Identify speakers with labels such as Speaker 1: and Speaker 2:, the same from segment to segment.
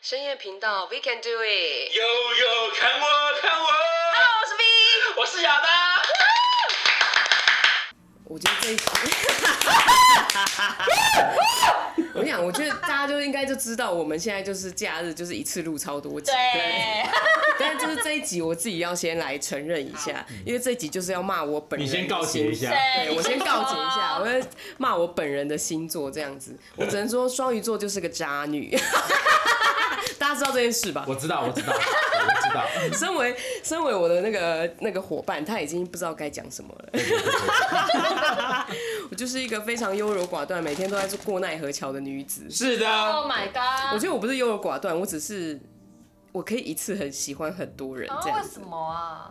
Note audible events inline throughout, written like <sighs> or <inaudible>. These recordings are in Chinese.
Speaker 1: 深夜频道，We can do it。
Speaker 2: 悠悠，看我，看我，
Speaker 1: Hello，我是
Speaker 2: 我是
Speaker 1: V。
Speaker 2: 亚当。
Speaker 1: 我觉得这一集， <laughs> 我跟你讲，我觉得大家就应该就知道，我们现在就是假日，就是一次录超多集。
Speaker 3: 对，
Speaker 1: 但就是这一集，我自己要先来承认一下，因为这一集就是要骂我本人。
Speaker 2: 你先告诫一下
Speaker 1: 对，我先告警一下，我要骂我本人的星座这样子。我只能说双鱼座就是个渣女， <laughs> 大家知道这件事吧？
Speaker 2: 我知道，我知道，我知道。
Speaker 1: <laughs> 身为身为我的那个那个伙伴，他已经不知道该讲什么了。 <laughs> 我就是一个非常优柔寡断，每天都在过奈何桥的女子。
Speaker 2: 是的，
Speaker 3: Oh my
Speaker 1: 我
Speaker 3: god！
Speaker 1: 觉得我不是优柔寡断，我只是我可以一次很喜欢很多人
Speaker 3: 啊
Speaker 1: 这样
Speaker 2: 哦
Speaker 3: 为
Speaker 1: 子
Speaker 3: 什。么啊？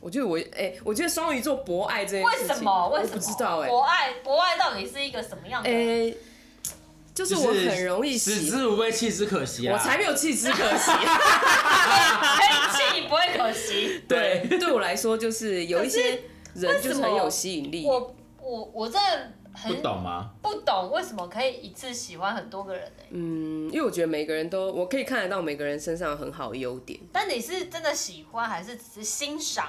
Speaker 1: 我觉得我哎、我觉得双鱼座博爱这件
Speaker 3: 为
Speaker 1: 事情，
Speaker 3: 什么？为
Speaker 1: 我
Speaker 3: 什
Speaker 1: 不
Speaker 3: 么？
Speaker 1: 知道哎、
Speaker 3: 博爱，博爱到底是一个什么样的？
Speaker 1: 哎、就是我很容易
Speaker 2: 食
Speaker 1: 喜，
Speaker 2: 之无味，弃之可惜啊。
Speaker 1: 我才没有弃之可惜。 <laughs>
Speaker 3: 可以哎气不会
Speaker 1: <laughs>
Speaker 3: 可惜。
Speaker 2: 对，
Speaker 1: 对我来说，就是有一些人就是很有吸引力。
Speaker 3: 我我我真的
Speaker 2: 不
Speaker 3: 很
Speaker 2: 懂吗？
Speaker 3: 不懂为什么可以一次喜欢很多个人呢、欸
Speaker 1: 嗯，因为我觉得每个人都，我可以看得到每个人身上有很好的优点，
Speaker 3: 但你是真的喜欢还是只是欣赏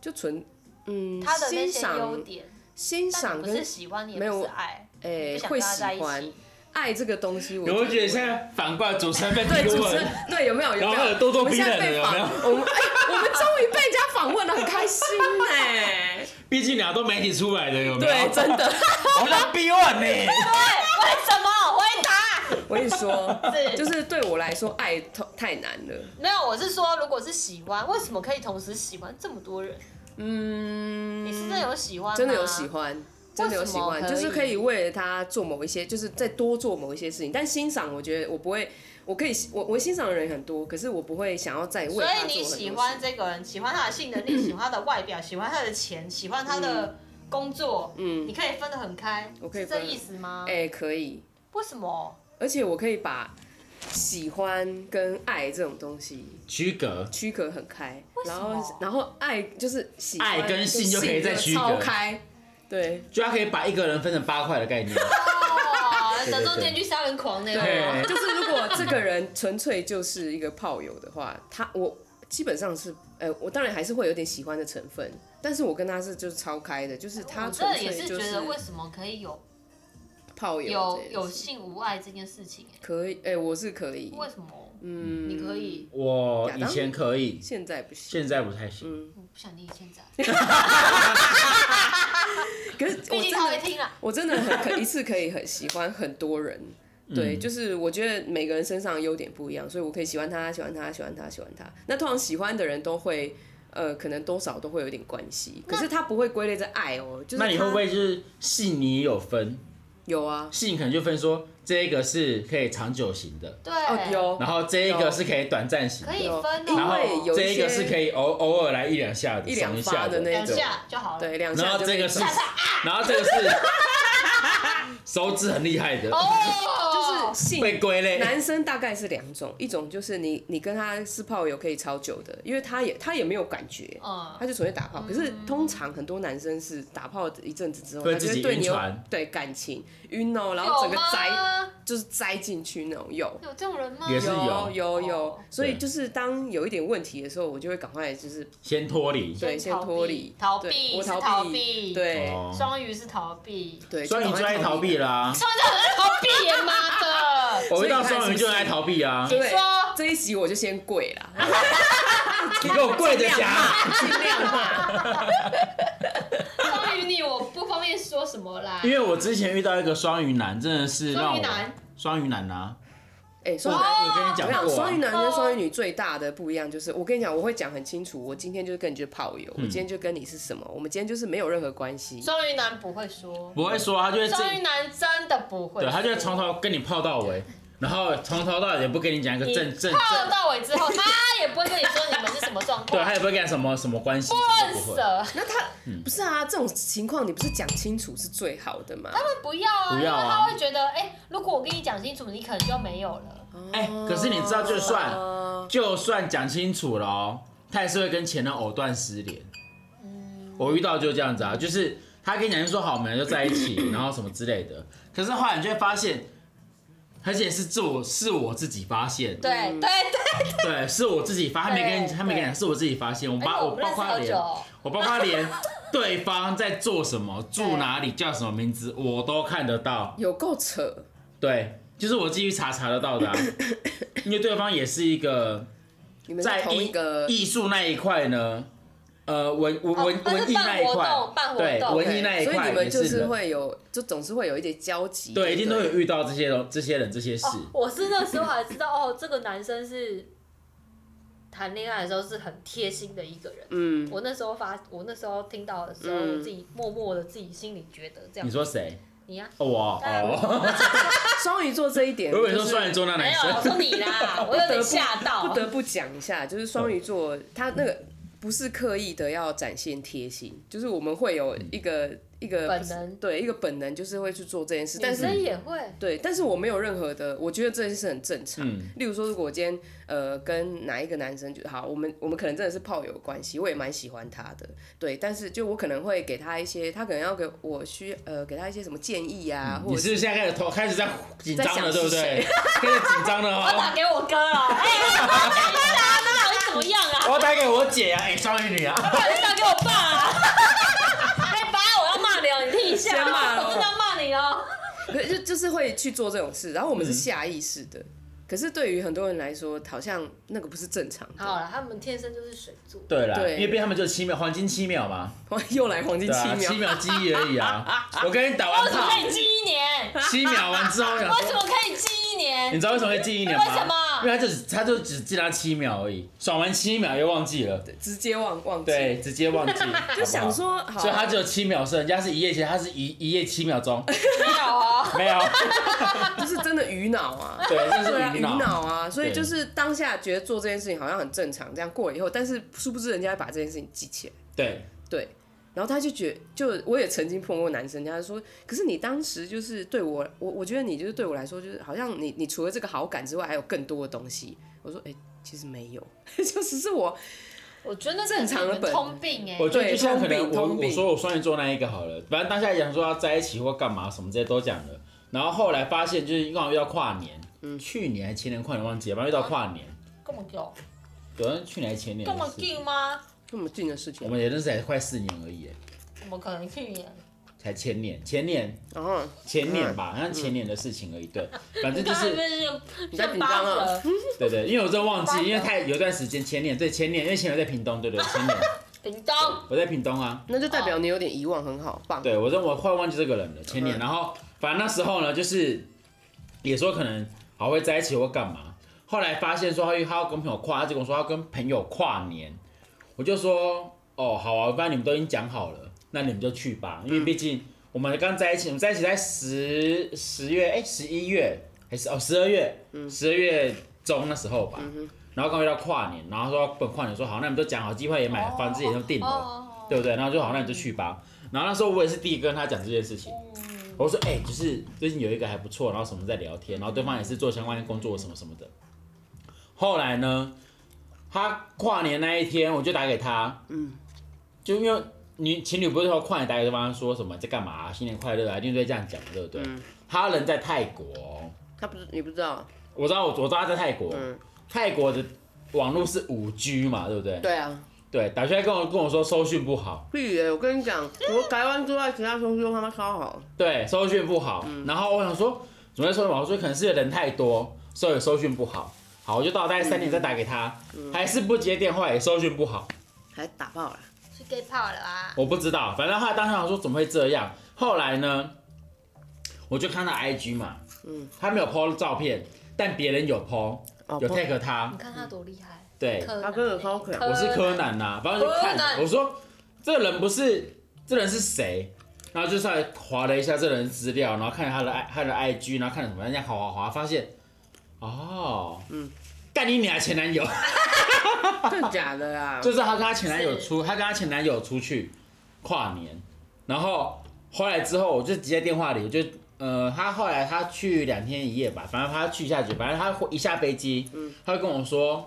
Speaker 1: 就纯嗯，
Speaker 3: 他的那
Speaker 1: 欣
Speaker 3: 些优
Speaker 1: 赏
Speaker 3: 点？
Speaker 1: 欣
Speaker 3: 但
Speaker 1: 赏
Speaker 3: 你不
Speaker 1: 跟
Speaker 3: 是喜欢，你
Speaker 1: 没
Speaker 3: 也
Speaker 1: 有
Speaker 3: 不是爱，
Speaker 1: 哎
Speaker 3: 你不
Speaker 1: 会
Speaker 3: 想跟他
Speaker 1: 喜
Speaker 3: 在一
Speaker 1: 欢
Speaker 3: 起。
Speaker 1: 爱这个东西我，
Speaker 2: 有没有觉得现在反过来主持人被
Speaker 1: 对
Speaker 2: 逼
Speaker 1: 主持人
Speaker 2: 问？
Speaker 1: 对有没有有
Speaker 2: 然
Speaker 1: 没
Speaker 2: 后
Speaker 1: 有
Speaker 2: 多多
Speaker 1: 我们现在
Speaker 2: 逼
Speaker 1: 被
Speaker 2: 人了
Speaker 1: 访，
Speaker 2: 有
Speaker 1: 我们哎、我们终于被人家访问了，很开心哎、
Speaker 2: 毕竟俩都媒体出来的，有没有？
Speaker 1: 对，真的。
Speaker 2: 我在逼问你。
Speaker 3: 对，为什么？回答。
Speaker 1: 我跟你说，
Speaker 3: <laughs> 是
Speaker 1: 就是对我来说，爱太太难了。
Speaker 3: 没有，我是说，如果是喜欢，为什么可以同时喜欢这么多人？
Speaker 1: 嗯
Speaker 3: 你是真的有喜欢吗？
Speaker 1: 真的有喜欢，真的有喜
Speaker 3: 为
Speaker 1: 欢，
Speaker 3: 什么可以
Speaker 1: 就是可以为了他做某一些，就是再多做某一些事情。但欣赏，我觉得我不会，我可以，我我欣赏的人很多，可是我不会想要再为
Speaker 3: 所
Speaker 1: 他
Speaker 3: 以
Speaker 1: 做
Speaker 3: 你喜
Speaker 1: 很多
Speaker 3: 欢
Speaker 1: 事。
Speaker 3: 这个人，喜欢他的性
Speaker 1: <coughs>
Speaker 3: 能力，喜欢他的外表，喜欢他的钱，喜欢他的工作，嗯，你可以分得很开，
Speaker 1: 我可以
Speaker 3: 是
Speaker 1: 分
Speaker 3: 这
Speaker 1: 得
Speaker 3: 意思吗？
Speaker 1: 哎、可以，
Speaker 3: 为
Speaker 1: <laughs>
Speaker 3: 什么？
Speaker 1: 而且我可以把喜欢跟爱这种东西
Speaker 2: 区隔，
Speaker 1: 区隔很开，
Speaker 3: 什
Speaker 1: 然
Speaker 3: 么
Speaker 1: 后然后爱就是喜欢
Speaker 2: 爱跟性就可以再区隔
Speaker 1: 超开，对。
Speaker 2: 就他可以把一个人分成八块的概
Speaker 1: <laughs>
Speaker 2: 念。
Speaker 3: 哦，
Speaker 2: 对
Speaker 3: 德州电锯杀人狂那
Speaker 2: 对
Speaker 3: 个，
Speaker 1: 就是如果这个人纯粹就是一个炮友的话，他我基本上是，呃，我当然还是会有点喜欢的成分，但是我跟他是就是超开的，就是他
Speaker 3: 我
Speaker 1: 纯
Speaker 3: 真哦的也
Speaker 1: 粹
Speaker 3: 是
Speaker 1: 就
Speaker 3: 觉
Speaker 1: 是
Speaker 3: 得为什么可以有
Speaker 1: 炮友
Speaker 3: 有
Speaker 1: 这
Speaker 3: 有
Speaker 1: 样子
Speaker 3: 性无爱这件事情，哎
Speaker 1: 可以，哎、我是可以，
Speaker 3: 为什么？嗯，你可以，
Speaker 2: 我以前可以，
Speaker 1: 现在不行，
Speaker 2: 现在不太
Speaker 1: 嗯
Speaker 2: 行。
Speaker 3: 我不想听现在，
Speaker 1: 可是 <laughs>
Speaker 3: 毕
Speaker 1: 我
Speaker 3: 竟
Speaker 1: 真
Speaker 3: 他会
Speaker 1: 的
Speaker 3: 听啊。
Speaker 1: 我真的很可一次可以很喜欢很多人。
Speaker 2: 嗯
Speaker 1: 对，就是我觉得每个人身上的优点不一样，所以我可以喜欢他，喜欢他，喜欢他，喜欢他。那通常喜欢的人都会，呃，可能多少都会有点关系，可是他不会归类在爱哦、就是
Speaker 2: 那你
Speaker 1: 他
Speaker 2: 会不会就是性你也有分？
Speaker 1: 有啊？
Speaker 2: 性可能就分说这个是可以长久型的，
Speaker 3: 对，
Speaker 1: 哦，
Speaker 2: 然
Speaker 1: 有，
Speaker 3: 后
Speaker 2: 后这一个是可以短暂型的
Speaker 3: 可，以分
Speaker 1: 有因
Speaker 2: 然
Speaker 3: 哦，
Speaker 1: 为
Speaker 2: 后
Speaker 1: 有
Speaker 2: 这
Speaker 1: 一
Speaker 2: 一
Speaker 1: 些
Speaker 2: 个是可以偶偶尔来一两下的，
Speaker 1: 一两
Speaker 2: 爽
Speaker 1: 发
Speaker 2: 下
Speaker 1: 的那
Speaker 3: 两
Speaker 1: 种
Speaker 3: 下就好了。
Speaker 1: 对，两
Speaker 2: 然
Speaker 1: 下
Speaker 2: 后
Speaker 1: 就
Speaker 2: 这个是
Speaker 1: 可以，
Speaker 2: <laughs> 然后这个是
Speaker 1: <laughs>
Speaker 2: 手指很厉害的，
Speaker 3: 哦，
Speaker 1: 就是性
Speaker 2: 被归类。
Speaker 1: <laughs> 男生大概是两种，一种就是你你跟他是炮友可以超久的，因为他也他也没有感觉，
Speaker 3: 嗯
Speaker 1: 他就纯粹打炮。可是通常很多男生是打炮一阵子之后，
Speaker 2: 会
Speaker 1: 他就
Speaker 2: 自己
Speaker 1: 会对你有
Speaker 2: 晕船
Speaker 1: 对感情晕哦，然后整个栽
Speaker 3: 有吗
Speaker 1: 就是栽进去那种有。
Speaker 3: 有这种人吗？
Speaker 2: 也是
Speaker 1: 有
Speaker 2: 有
Speaker 1: 有有
Speaker 3: 哦，
Speaker 1: 所以
Speaker 2: 对
Speaker 1: 就是当有一点问题的时候，我就会赶快就是
Speaker 2: 先脱离，
Speaker 1: 对先
Speaker 3: 逃避
Speaker 1: 脱离，
Speaker 3: 逃
Speaker 1: 对
Speaker 3: 避
Speaker 1: 我
Speaker 3: 是
Speaker 1: 逃
Speaker 3: 逃
Speaker 1: 避，
Speaker 3: 避
Speaker 1: 对
Speaker 2: 哦
Speaker 3: 双鱼是逃避，
Speaker 1: 对，
Speaker 2: 所以你就
Speaker 1: 赶快
Speaker 2: 爱逃避啦。
Speaker 3: 双鱼很爱逃避耶，妈的！
Speaker 2: 我遇到
Speaker 1: 所以你看
Speaker 2: 双鱼
Speaker 1: 是
Speaker 2: 就
Speaker 1: 不是
Speaker 2: 爱逃避啊，
Speaker 1: 对
Speaker 3: 说
Speaker 1: 这一集我就先跪啦，
Speaker 2: 你给我跪着
Speaker 1: 尽量
Speaker 2: 讲。
Speaker 1: 骂，尽量骂。
Speaker 3: <laughs> 双鱼你我不方便说什么啦
Speaker 2: 因。为我之前遇到一个双鱼男，真的是让
Speaker 3: 双鱼
Speaker 2: 我
Speaker 3: 男
Speaker 2: 双鱼男啊，
Speaker 1: 哎，
Speaker 2: 我
Speaker 1: 双鱼男，
Speaker 2: 我跟你
Speaker 1: 我
Speaker 2: 讲
Speaker 1: 想
Speaker 2: 过
Speaker 1: 双鱼
Speaker 2: 啊，
Speaker 1: 男跟双鱼女最大的不一样就是，我跟你讲，我会讲很清楚，我今天就是跟你去泡
Speaker 2: 嗯
Speaker 1: 友，我今天就跟你是什么，我们今天就是没有任何关系。
Speaker 3: 双鱼男不会说，
Speaker 2: 不会说，他就会自
Speaker 3: 双鱼
Speaker 2: 己，
Speaker 3: 男真的不会说，
Speaker 2: 对他就会从头跟你泡到尾，然后从头到尾也不跟你讲一个正正
Speaker 3: 泡
Speaker 2: 正，
Speaker 3: 到尾之后，他也不会跟你说你们是什么状
Speaker 2: 对
Speaker 3: 况，
Speaker 2: 他也不会跟你什么什么关系，什么
Speaker 3: 笨
Speaker 2: 都不会。
Speaker 3: 死。
Speaker 1: 那他不是啊，这种情况你不是讲清楚是最好的吗？
Speaker 3: 他们不要啊，
Speaker 2: 不要啊
Speaker 3: 因为他会觉得，哎、如果我跟你讲清楚，你可能就没有了。
Speaker 2: 哎、可是你知道，就算就算讲清楚了哦，他也是会跟前任藕断丝连。
Speaker 3: 嗯
Speaker 2: 我遇到就这样子啊，就是
Speaker 3: <coughs>
Speaker 2: 他跟你讲说好，我们就在一起，然后什么之类的。可是后来你就会发现，而且是自我是我自己发现，
Speaker 3: 对对对，
Speaker 2: 对，是我自己发，他没跟你，
Speaker 3: 对
Speaker 2: 他没跟你讲，是我自己发现。我
Speaker 3: 而且
Speaker 2: 包
Speaker 3: 我们
Speaker 2: 包
Speaker 3: 认识
Speaker 2: 括
Speaker 3: 好
Speaker 2: 连
Speaker 3: 久哦，
Speaker 2: 我包括
Speaker 3: <laughs>
Speaker 2: 连对方在做什么、住哪里、叫什么名字，我都看得到。
Speaker 1: 有够扯，
Speaker 2: 对，就是我继续查查得
Speaker 3: <laughs>
Speaker 2: 到的、啊，因为对方也是一个
Speaker 1: 你们
Speaker 2: 在
Speaker 1: 是同
Speaker 2: 艺
Speaker 1: 一个
Speaker 2: 艺术那一块呢，呃，文文
Speaker 3: 哦
Speaker 2: 文
Speaker 3: 那是
Speaker 2: 文艺那一
Speaker 3: 办活
Speaker 2: 块
Speaker 3: 动办，活
Speaker 2: 对，
Speaker 3: 动
Speaker 2: 文艺
Speaker 1: 对
Speaker 2: 那一
Speaker 1: 所以
Speaker 2: 块
Speaker 1: 你
Speaker 2: 也
Speaker 1: 们就是是
Speaker 2: 人，
Speaker 1: 会有，就总是会有一点交集，啊
Speaker 2: 对，
Speaker 1: 不
Speaker 2: 一定都有遇到这些人、这些人、这些事。
Speaker 3: 哦，我是那时候还知道哦，这个男生是谈恋爱的时候是很贴心的一个人。
Speaker 1: 嗯，
Speaker 3: 我那时候发，我那时候听到的时候，
Speaker 1: 嗯
Speaker 3: 我自己默默的自己心里觉得这样。
Speaker 2: 你说谁？
Speaker 3: 你啊呀、
Speaker 2: 哦，我
Speaker 3: 当然
Speaker 2: 哦， <laughs>
Speaker 1: 双鱼座这一点，
Speaker 2: 我以为
Speaker 1: 就
Speaker 2: 说
Speaker 1: 是
Speaker 2: 双人座那
Speaker 3: 没
Speaker 2: 男
Speaker 3: 有，
Speaker 2: 生
Speaker 3: 哎我。说你
Speaker 1: <laughs>
Speaker 3: 啦，我有点吓到
Speaker 1: 不。得不讲一下，就是双鱼座，他那个不是刻意的要展现贴心，就是我们会有一个、一个
Speaker 3: 本能
Speaker 1: 对一个本能，就是会去做这件事。但
Speaker 3: 女
Speaker 1: 是
Speaker 3: 生也会，
Speaker 1: 对，但是我没有任何的，我觉得这件事很正常。
Speaker 2: 嗯
Speaker 1: 例如说，如果我今天呃跟哪一个男生就好，我们我们可能真的是炮友关系，我也蛮喜欢他的，对。但是就我可能会给他一些，他可能要给我需呃给他一些什么建议啊，或
Speaker 2: 你
Speaker 1: 者
Speaker 2: 是不是现在开始头开始在紧张了，
Speaker 1: 在想
Speaker 2: 对不
Speaker 1: 是
Speaker 2: 对
Speaker 1: 谁？
Speaker 2: 开始紧张了
Speaker 3: 我要打
Speaker 2: 哦。
Speaker 3: 给我哥
Speaker 1: <laughs>
Speaker 3: 了。哎、我打给他，那到底怎么样啊？
Speaker 2: 我要打给我姐啊，哎、双鱼女啊，
Speaker 3: 我打给我爸啊。 <laughs> 哎，爸，我要骂你哦，你听一下哦。
Speaker 1: 先骂咯
Speaker 3: 我真的要骂你哦。
Speaker 1: 可是就就是会去做这种事，然后我们是
Speaker 2: 嗯
Speaker 1: 下意识的。可是对于很多人来说，好像那个不是正常
Speaker 3: 好
Speaker 1: 的。
Speaker 3: 了，他们天生就是水做。
Speaker 2: 对啦，
Speaker 1: 对
Speaker 2: 因为被他们就七秒黄金七秒嘛，
Speaker 1: 又来黄金 <laughs>
Speaker 2: 对
Speaker 1: 七
Speaker 2: 啊，
Speaker 1: 秒，
Speaker 2: 七秒记忆而已啊。我跟你打
Speaker 3: 为
Speaker 2: 完
Speaker 3: 什么
Speaker 2: 炮
Speaker 3: 可，以记一
Speaker 1: <laughs>
Speaker 3: 年？
Speaker 2: 七秒完之后，我想
Speaker 3: 为
Speaker 2: 说
Speaker 3: 什么可以记一
Speaker 2: 你
Speaker 3: 年？
Speaker 2: 知道为什么会记一年吗？
Speaker 3: 为什么
Speaker 2: 因为他就只他就只记他七秒而已，爽完七秒又忘记了，
Speaker 1: 直接忘忘记。
Speaker 2: 对，直接
Speaker 3: <laughs>
Speaker 2: 忘记，就
Speaker 1: 就想，说，好
Speaker 2: 所以他只有七秒是人家是一夜情，他是一一夜七秒
Speaker 1: <laughs>
Speaker 2: 钟，
Speaker 3: 没有
Speaker 1: 啊
Speaker 3: 哦。
Speaker 2: 没有，
Speaker 1: 就是真的鱼脑
Speaker 2: <laughs>
Speaker 1: 啊，
Speaker 2: 对，这
Speaker 1: 对啊，
Speaker 2: 是
Speaker 1: 鱼
Speaker 2: 鱼脑，
Speaker 1: 脑啊，所以
Speaker 2: 对
Speaker 1: 就是当下觉得做这件事情好像很正常，这样过了以后，但是殊不知人家会把这件事情记起来，
Speaker 2: 对，
Speaker 1: 对。然后他就觉就我也曾经碰过男生，人家说，可是你当时就是对我，我我觉得你就是对我来说，就是好像你你除了这个好感之外，还有更多的东西。我说，哎、其实没有， <laughs> 就只是我
Speaker 3: 我觉得
Speaker 1: 正常的本能
Speaker 3: 通病哎、
Speaker 2: 我觉得
Speaker 1: 对
Speaker 2: 就像可
Speaker 1: 通
Speaker 2: 能
Speaker 1: 病
Speaker 2: 我
Speaker 1: 通
Speaker 2: 我
Speaker 1: 病
Speaker 2: 说我双鱼座那一个好了，反正当下讲说要在一起或干嘛什么这些都讲了，然后后来发现就是刚好遇到跨年，嗯，去年还前年跨年忘记了，反正遇到跨年，
Speaker 3: 干嘛叫？
Speaker 2: 有人去年还前年的
Speaker 3: 干嘛
Speaker 2: 事，
Speaker 3: 叫吗？
Speaker 1: 这么近的事情
Speaker 2: 我，们也认识才快四年而已，
Speaker 3: 怎么可能去年？
Speaker 2: 才前年前年
Speaker 1: 然后
Speaker 2: 前年吧，好像前年的事情而已，嗯 <laughs> 对，反正就
Speaker 3: 刚
Speaker 2: 是
Speaker 3: 刚就是
Speaker 1: 比较
Speaker 3: 像
Speaker 1: 紧
Speaker 3: 八
Speaker 1: 张啊
Speaker 3: 折
Speaker 1: 了，
Speaker 2: 对对，因为我真的忘
Speaker 3: 八
Speaker 2: 记，
Speaker 3: 年
Speaker 2: 因为太有一段时间前年对前年，因为前年我在屏东，对对前年
Speaker 3: 屏东，
Speaker 2: 我在屏东啊，
Speaker 1: 那就代表你有点遗忘，很好，棒。
Speaker 2: 对我真的我快忘记这个人了，前
Speaker 3: 嗯
Speaker 2: 年，然后反正那时候呢，就是也说可能好会在一起或干嘛，后来发现说他他要跟朋友跨，他就跟我说他要跟朋友跨年，我就说哦好啊，反正你们都已经讲好了，那你们就去吧，
Speaker 3: 嗯
Speaker 2: 因为毕竟我们刚在一起，我们在一起在十十月哎十一月还是哦十二月，
Speaker 3: 嗯
Speaker 2: 十二月中那时候吧，然后刚好遇到跨年，然后说本跨年说好，那你们都讲好，机票也买，房子也都定了，
Speaker 3: 哦
Speaker 2: 对不对？然后就好，那你就去吧。然后那时候我也是第一个跟他讲这件事情，我说哎、就是最近有一个还不错，然后什么在聊天，然后对方也是做相关的工作什么什么的。后来呢，他跨年那一天我就打给他，嗯，就因为女情侣不是说跨年打给对方说什么在干嘛、新年快乐啊，一定会这样讲，对不对？他人在泰国哦，
Speaker 1: 嗯他不是你不知道，
Speaker 2: 我知道我我知道他在泰国，
Speaker 1: 嗯
Speaker 2: 泰国的网络是五 G 嘛，对不对？
Speaker 1: 对啊，
Speaker 2: 对，打出来跟我跟我说收讯不好。
Speaker 1: 屁耶！我跟你讲，除了台湾之外，其他东西都他妈超好。
Speaker 2: 对，收讯不好。然后我想说，怎么会收讯不好？我说可能是人太多，所以收讯不好。好，我就到大概三点再打给他，还是不接电话，也收讯不好。
Speaker 1: 还打爆了，
Speaker 3: 去 gay 泡了啊！
Speaker 2: 我不知道，反正他当时想说怎么会这样。后来呢，我就看他 IG 嘛，嗯，他没有 po 照片，但别人有 po，、
Speaker 1: 哦
Speaker 2: 有
Speaker 1: po
Speaker 2: tag 他
Speaker 3: 你，看他多厉害，
Speaker 2: 对，
Speaker 3: 柯
Speaker 1: 哎
Speaker 3: 南
Speaker 1: 他真的超可爱
Speaker 2: 我是柯，南呐、反正就看
Speaker 3: 柯南
Speaker 2: 我说这人不是这人是谁，然后就上来划了一下这人资料，然后看他的 i 他的 IG，然后看了什么，人家划划划，发现哦，嗯，干你俩前男友，
Speaker 1: 啊
Speaker 2: <laughs>
Speaker 1: 真的假的啦？
Speaker 2: 就是他跟他前男友出，他跟他前男友出去跨年，然后后来之后我就直接电话里我就。呃，他后来他去两天一夜吧，反正他去一下去，反正他一下飞机，他就跟我说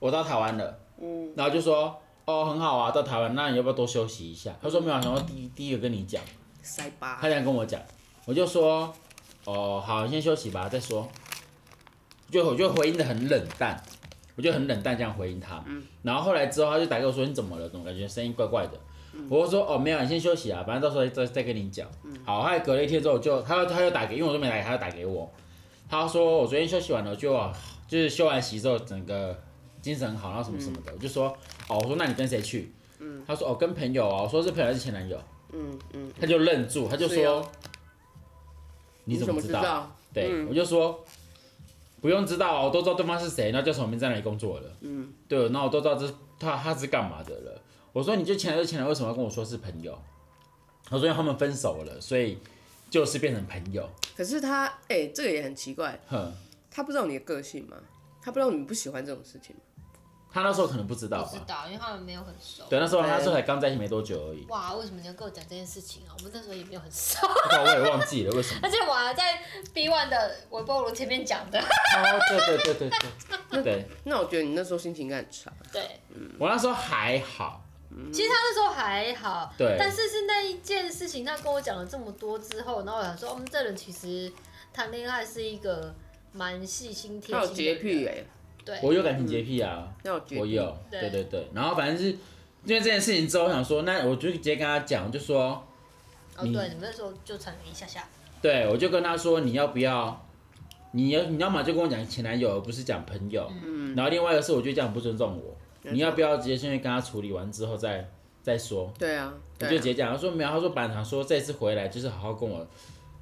Speaker 2: 我到台湾了，
Speaker 1: 嗯，
Speaker 2: 然后就说哦很好啊，到台湾，那你要不要多休息一下？他说没有，然后第一第一个跟你讲，
Speaker 1: 塞巴
Speaker 2: 他，这样跟我讲，我就说哦好，你先休息吧，再说。就我就回应的很冷淡，我就很冷淡这样回应他。然后后来之后他就打给我说你怎么了？怎么感觉声音怪怪的？我就说哦没有，你先休息啊，反正到时候再再跟你讲。好，后来隔了一天之后我就他又他又打给，因为我都没打给他，又打给我。他说我昨天休息完了就啊就是休完息之后整个精神很好，然后什么什么的，我就说哦我说那你跟谁去？他说哦跟朋友啊，我说是朋友还是前男友？
Speaker 1: 嗯嗯，
Speaker 2: 他就愣住，他就是说
Speaker 1: 哦
Speaker 2: 你怎么
Speaker 1: 知
Speaker 2: 知道？？嗯对，我就说不用知道啊，我都知道对方是谁，那叫什么名字在哪里工作了。嗯，对，那我都知道这他他是干嘛的了。我说你就前来就前来，为什么要跟我说是朋友？他说因为他们分手了，所以就是变成朋友。
Speaker 1: 可是他，哎、这个也很奇怪，
Speaker 2: 哼，
Speaker 1: 他不知道你的个性吗？他不知道你不喜欢这种事情吗？
Speaker 2: 他那时候可能不知道
Speaker 3: 不知
Speaker 2: 吧？
Speaker 3: 道，因为他们没有很熟。，
Speaker 2: 对，那时候他那时候才刚在一起没多久而已
Speaker 3: 哇，为什么你要跟我讲这件事情啊？我们那时候也没有很熟， <laughs>
Speaker 2: 那我也忘记了为什么。
Speaker 3: 而且我还在 B One 的微波炉前面讲的。
Speaker 2: 哦，对对对对对， <laughs> 对
Speaker 1: 那我觉得你那时候心情应该很差。
Speaker 3: 对，
Speaker 2: 我那时候还好，
Speaker 3: 其实他那时候还好，
Speaker 2: 对
Speaker 3: 但是是那一件事情，他跟我讲了这么多之后，然后我想说，我、嗯、们这人其实谈恋爱是一个蛮细心贴
Speaker 1: 他有
Speaker 3: 心的
Speaker 1: 洁
Speaker 3: 人，
Speaker 1: 癖哎、
Speaker 3: 对，哦
Speaker 2: 我有感情洁癖啊。
Speaker 1: 他有洁癖。
Speaker 2: 我有，
Speaker 3: 对
Speaker 2: 对对对。然后反正是因为这件事情之后，我想说，那我就直接跟他讲，我就说，
Speaker 3: 哦对，你们那时候就成了一下下，
Speaker 2: 对我就跟他说，你要不要？你要你要么就跟我讲前男友，而不是讲朋友。嗯。然后另外一个是，我觉得这样很不尊重我。
Speaker 1: 没错
Speaker 2: 你要不要直接先去跟他处理完之后再再说？
Speaker 1: 对啊，
Speaker 2: 我
Speaker 1: 对
Speaker 2: 就
Speaker 1: 啊
Speaker 2: 直接讲，他说没有，他说板长说这次回来就是好好跟我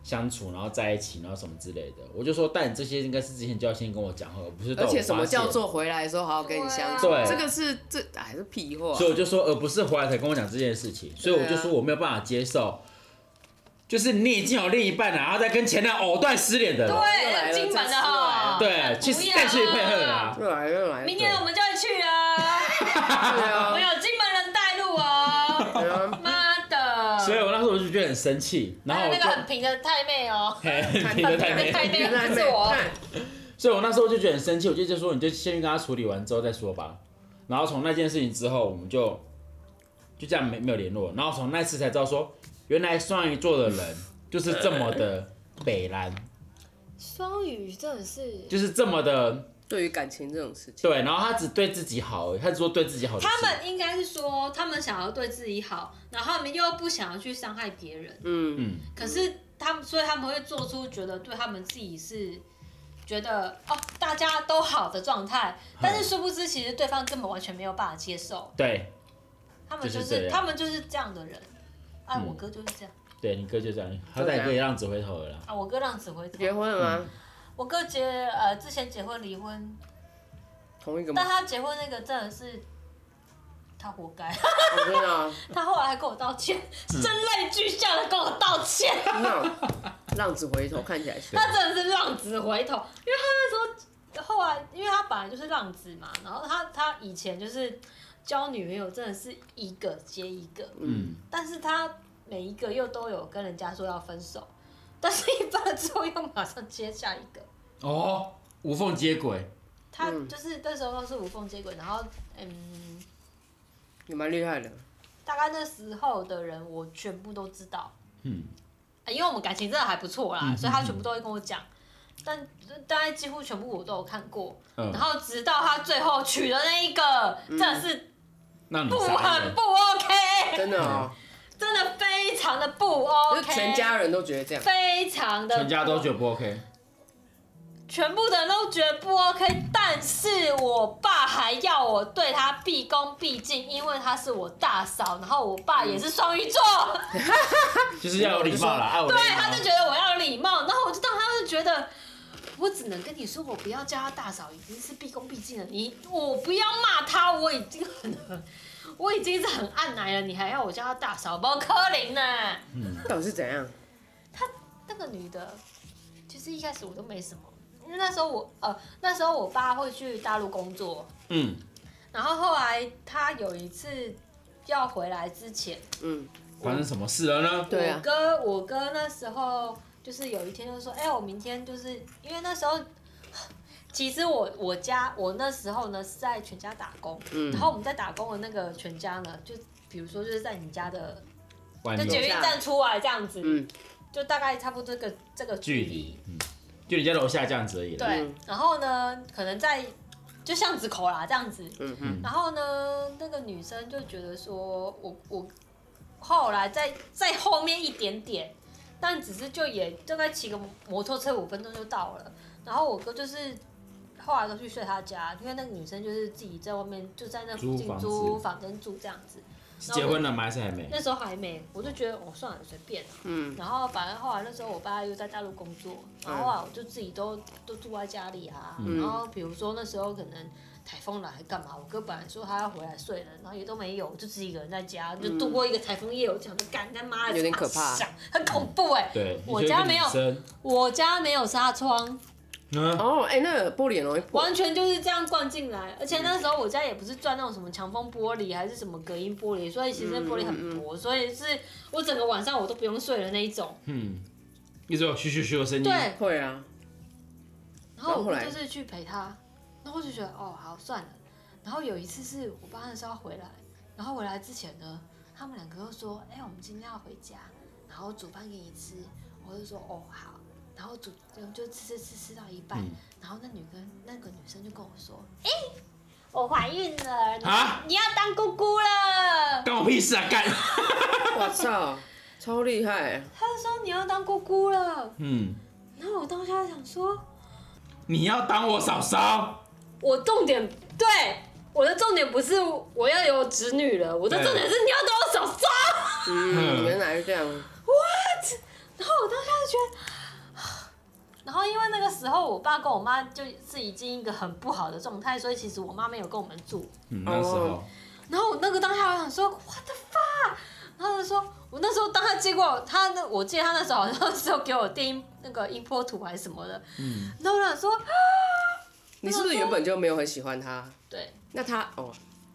Speaker 2: 相处，然后在一起，然后什么之类的。我就说，但你这些应该是之前就要先跟我讲好，而不是到
Speaker 1: 而
Speaker 2: 我
Speaker 1: 且什么
Speaker 2: 发现
Speaker 1: 叫做回来的时候好好跟你相处？
Speaker 2: 对啊
Speaker 1: 这个是这还是屁话。
Speaker 2: 所以我就说，而不是回来才跟我讲这件事情，所以我就
Speaker 3: 啊
Speaker 2: 说我没有办法接受，就是你已经有另一半了，然后再跟前男友藕断丝连的了，
Speaker 1: 又来了
Speaker 3: 对，金门的哈，
Speaker 1: 这
Speaker 2: 对，去
Speaker 3: 啊不要
Speaker 2: 再去配合啦。
Speaker 1: 又来了又来了，
Speaker 3: 明天我们就会去啊，
Speaker 1: 对啊
Speaker 3: 我，有金门人带路
Speaker 1: <laughs>
Speaker 3: 哦，
Speaker 1: 对啊
Speaker 3: 妈的，
Speaker 2: 所以我那时候我就觉得很生气，然后
Speaker 3: 还有
Speaker 2: 我
Speaker 3: 那个很
Speaker 2: 就
Speaker 3: 平的太妹哦，
Speaker 2: 嘿，
Speaker 3: <laughs>
Speaker 2: 你的太
Speaker 3: 太
Speaker 2: 妹，
Speaker 3: 妹
Speaker 1: 原来
Speaker 3: 不
Speaker 1: 没
Speaker 3: 是我，
Speaker 1: 看
Speaker 2: 所以我那时候就觉得很生气，我就就说你就先去跟他处理完之后再说吧。然后从那件事情之后，我们就就这样没没有联络，然后从那次才知道说，原来双鱼座的人就是这么的北蓝，
Speaker 3: 双语真的是，
Speaker 2: 就是这么的。
Speaker 1: 对于感情这种事情，
Speaker 2: 对，然后他只对自己好而已，他只说对自己好的事。
Speaker 3: 他们应该是说他们想要对自己好，然后他们又不想要去伤害别人，
Speaker 1: 嗯，
Speaker 2: 嗯，
Speaker 3: 可是他们，所以他们会做出觉得对他们自己是觉得哦，大家都好的状态，
Speaker 2: 嗯
Speaker 3: 但是殊不知其实对方根本完全没有办法接受，
Speaker 2: 对，
Speaker 3: 他们就
Speaker 2: 就是这
Speaker 3: 是
Speaker 2: 样
Speaker 3: 他们就是这样的人。啊，
Speaker 2: 嗯
Speaker 3: 我哥就是这样
Speaker 2: 对你哥就这样，好歹你哥也让指挥头了啦。
Speaker 3: 啊，我哥让指挥头
Speaker 1: 结
Speaker 2: 嗯
Speaker 1: 婚了吗？
Speaker 3: 我哥结呃之前结婚离婚，
Speaker 1: 同一
Speaker 2: 嗯
Speaker 1: 个吗
Speaker 3: 但？他结婚那个真的是他活该，
Speaker 1: 我真的啊，
Speaker 3: 他后来还跟我道歉，声泪俱下的跟我道歉。
Speaker 1: 那浪子回头看起来是
Speaker 3: 他真的是浪子回头，因为他那时候后来，因为他本来就是浪子嘛，然后他他以前就是交女朋友真的是一个接一个，
Speaker 2: 嗯，
Speaker 3: 但是他每一个又都有跟人家说要分手，但是一分了之后又马上接下一个，
Speaker 2: 哦，无缝接轨，
Speaker 3: 他
Speaker 1: 嗯
Speaker 3: 就是那时候都是无缝接轨，然后嗯，
Speaker 1: 也蛮厉害的，
Speaker 3: 大概那时候的人我全部都知道，
Speaker 2: 嗯，
Speaker 3: 啊因为我们感情真的还不错啦，
Speaker 2: 嗯
Speaker 3: 所以他
Speaker 2: 嗯
Speaker 3: 全部都会跟我讲，但大概几乎全部我都有看过。
Speaker 2: 嗯
Speaker 3: 然，后直到他最后娶的那一个，真的是
Speaker 2: 让你
Speaker 3: 不
Speaker 2: 傻眼
Speaker 3: 很不 OK，
Speaker 1: 真的哦，
Speaker 3: 真的非常的不
Speaker 1: 就是
Speaker 3: OK，
Speaker 1: 全家人都觉得这样，
Speaker 3: 非常的
Speaker 2: 全家都觉得不 OK，
Speaker 3: 全部的人都觉得不 OK，但是我爸还要我对他毕恭毕敬，因为他是我大嫂，然后我爸也是双鱼座，
Speaker 2: 就是要有礼貌啦，爱啊我的
Speaker 3: 对，
Speaker 2: 礼貌
Speaker 3: 他就觉得我要有礼貌，然后我就当他就觉得。我只能跟你说，我不要叫他大嫂，已经是毕恭毕敬了。你我不要骂他，我已经很，我已经是很按奶了，你还要我叫他大嫂，包柯林呢？
Speaker 1: 到底是怎样？
Speaker 3: 那个女的，其实一开始我都没什么，因为那时候我呃那时候我爸会去大陆工作，
Speaker 2: 嗯，
Speaker 3: 然后后来他有一次要回来之前，
Speaker 1: 嗯，
Speaker 2: 发生什么事了呢？
Speaker 1: 对啊
Speaker 3: 我，哥，我哥那时候就是有一天就说，哎、我明天就是因为那时候， <sighs> 其实我我家我那时候呢是在全家打工，
Speaker 1: 嗯
Speaker 3: 然后我们在打工的那个全家呢，就比如说就是在你家的
Speaker 2: 挽
Speaker 3: 就
Speaker 2: 留
Speaker 3: 捷运站出来这样子，
Speaker 1: 嗯
Speaker 3: 就大概差不多这个这个
Speaker 2: 距
Speaker 3: 离。
Speaker 2: 离，嗯就你家楼下这样子而已啦。
Speaker 3: 对
Speaker 1: 嗯，
Speaker 3: 然后呢，可能在就巷子口啦，这样子。
Speaker 1: 嗯
Speaker 2: 嗯
Speaker 3: 然后呢，那个女生就觉得说，我我后来在在后面一点点，但只是就也大概骑个摩托车五分钟就到了。然后我哥就是后来都去睡他家，因为那个女生就是自己在外面就在那附
Speaker 2: 租
Speaker 3: 近
Speaker 2: 房
Speaker 3: 租
Speaker 2: 子
Speaker 3: 房间住这样子。
Speaker 2: 是结婚了吗？还是还没？
Speaker 3: 那时候还没，我就觉得我、哦、算了，随便啊。
Speaker 1: 嗯
Speaker 3: 然后反正后来那时候我爸又在大陆工作，然后啊我就自己都都住在家里啊。
Speaker 1: 嗯
Speaker 3: 然后比如说那时候可能台风来干嘛，我哥本来说他要回来睡了，然后也都没有，我就自己一个人在家，就度过一个台风夜。我想说，干他妈的
Speaker 1: 嗯有点可怕
Speaker 3: 傻很恐怖哎、
Speaker 2: 对，
Speaker 3: 我
Speaker 2: 你觉得
Speaker 3: 家
Speaker 2: 一个
Speaker 3: 没有
Speaker 2: 女生
Speaker 3: 我家没有纱窗，
Speaker 2: 嗯，
Speaker 1: 哦，哎、那个玻璃很容易破。
Speaker 3: 完全就是这样灌进来。而且那时候我家也不是钻那种什么强风玻璃还是什么隔音玻璃，所以其实玻璃很
Speaker 1: 嗯
Speaker 3: 薄，所以是我整个晚上我都不用睡的那一种。
Speaker 2: 嗯，一直有嘘嘘嘘的声音。
Speaker 3: 对，
Speaker 1: 会啊，
Speaker 3: 然后
Speaker 1: 然后后
Speaker 3: 我
Speaker 1: 来
Speaker 3: 就是去陪他，然后我就觉得哦好算了。然后有一次是我爸那时候要回来，然后回来之前呢，他们两个又说，哎、我们今天要回家，然后煮饭给你吃。我就说哦好，然后煮就吃吃吃吃到一半，
Speaker 2: 嗯
Speaker 3: 然后那女跟那个女生就跟我说，哎、我怀孕了，你
Speaker 2: 啊
Speaker 3: 你要当姑姑了。
Speaker 2: 干我屁事啊！干，
Speaker 1: 我操，超厉害！
Speaker 3: 他就说你要当姑姑了，
Speaker 2: 嗯，
Speaker 3: 然后我当下想说，
Speaker 2: 你要当我嫂嫂？
Speaker 3: 我重点对我的重点不是我要有侄女了，我的
Speaker 2: 对
Speaker 3: 重点是你要当我嫂嫂。
Speaker 1: 嗯，
Speaker 2: 嗯
Speaker 1: 原来是这样。
Speaker 3: <laughs> 然后我当下就觉得，啊然后因为那个时候我爸跟我妈就是已经一个很不好的状态，所以其实我妈没有跟我们住。
Speaker 2: 嗯，那时候
Speaker 1: 哦，
Speaker 3: 然后我那个当下我想说，我的发，然后他就说我那时候当他接过他那，我记得他那时候好像是有给我电音那个音波图还是什么的，
Speaker 2: 嗯，
Speaker 3: 然后我想说， <gasps>
Speaker 1: 你是不是原本就没有很喜欢他？
Speaker 3: 对，
Speaker 1: 那他哦，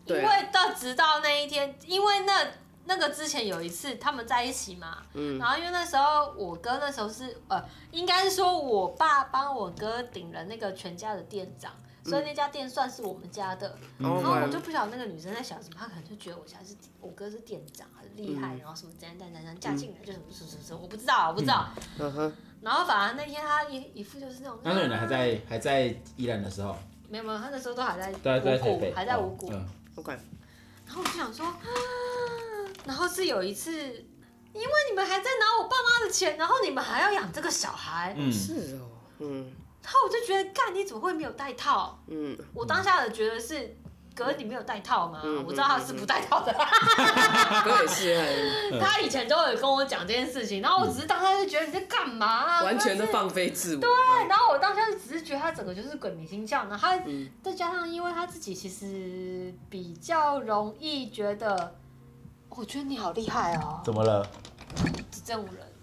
Speaker 3: 因
Speaker 1: 对、
Speaker 3: 为
Speaker 1: 啊，
Speaker 3: 到直到那一天，因为那那个之前有一次他们在一起嘛，
Speaker 1: 嗯
Speaker 3: 然后因为那时候我哥那时候是呃，应该是说我爸帮我哥顶了那个全家的店长，
Speaker 1: 嗯
Speaker 3: 所以那家店算是我们家的。
Speaker 1: 哦
Speaker 3: 然后我
Speaker 1: 嗯
Speaker 3: 就不晓得那个女生在想什么，她可能就觉得我家是我哥是店长很厉
Speaker 1: 嗯
Speaker 3: 害，然后什么怎样怎样怎样嫁进来就什么什么什么什么，我不知道啊我不知道。
Speaker 1: 嗯哼，
Speaker 3: 然后反而那天她一一副就是那种，
Speaker 2: 那时候你还在还在宜兰的时候，
Speaker 3: 没有没有，她那时候都还在
Speaker 2: 在在台
Speaker 3: 五
Speaker 2: 北，
Speaker 3: 谷，还在五谷。
Speaker 2: 嗯
Speaker 1: 我管。
Speaker 3: 然后我就想说，啊，然后是有一次，因为你们还在拿我爸妈的钱，然后你们还要养这个小孩，
Speaker 2: 嗯，
Speaker 1: 是哦，嗯
Speaker 3: 然后我就觉得，干你怎么会没有带套？
Speaker 2: <laughs>
Speaker 1: 嗯，
Speaker 3: 我当下的觉得是。哥，你没有带套吗？
Speaker 1: 嗯
Speaker 3: 我知道他是不带套
Speaker 1: <laughs>
Speaker 3: 的，
Speaker 1: 哥也是很
Speaker 2: 嗯
Speaker 3: 他以前都有跟我讲这件事情，然后我只是当下就觉得你在干嘛啊、
Speaker 1: 嗯完全的
Speaker 3: 真是
Speaker 1: 放飞自我。
Speaker 3: 对，啊然后我当下就只是觉得他整个就是鬼迷心窍，然后他
Speaker 1: 嗯
Speaker 3: 再加上因为他自己其实比较容易觉得，我觉得你好厉害哦，
Speaker 2: 怎么了？
Speaker 3: 这种人，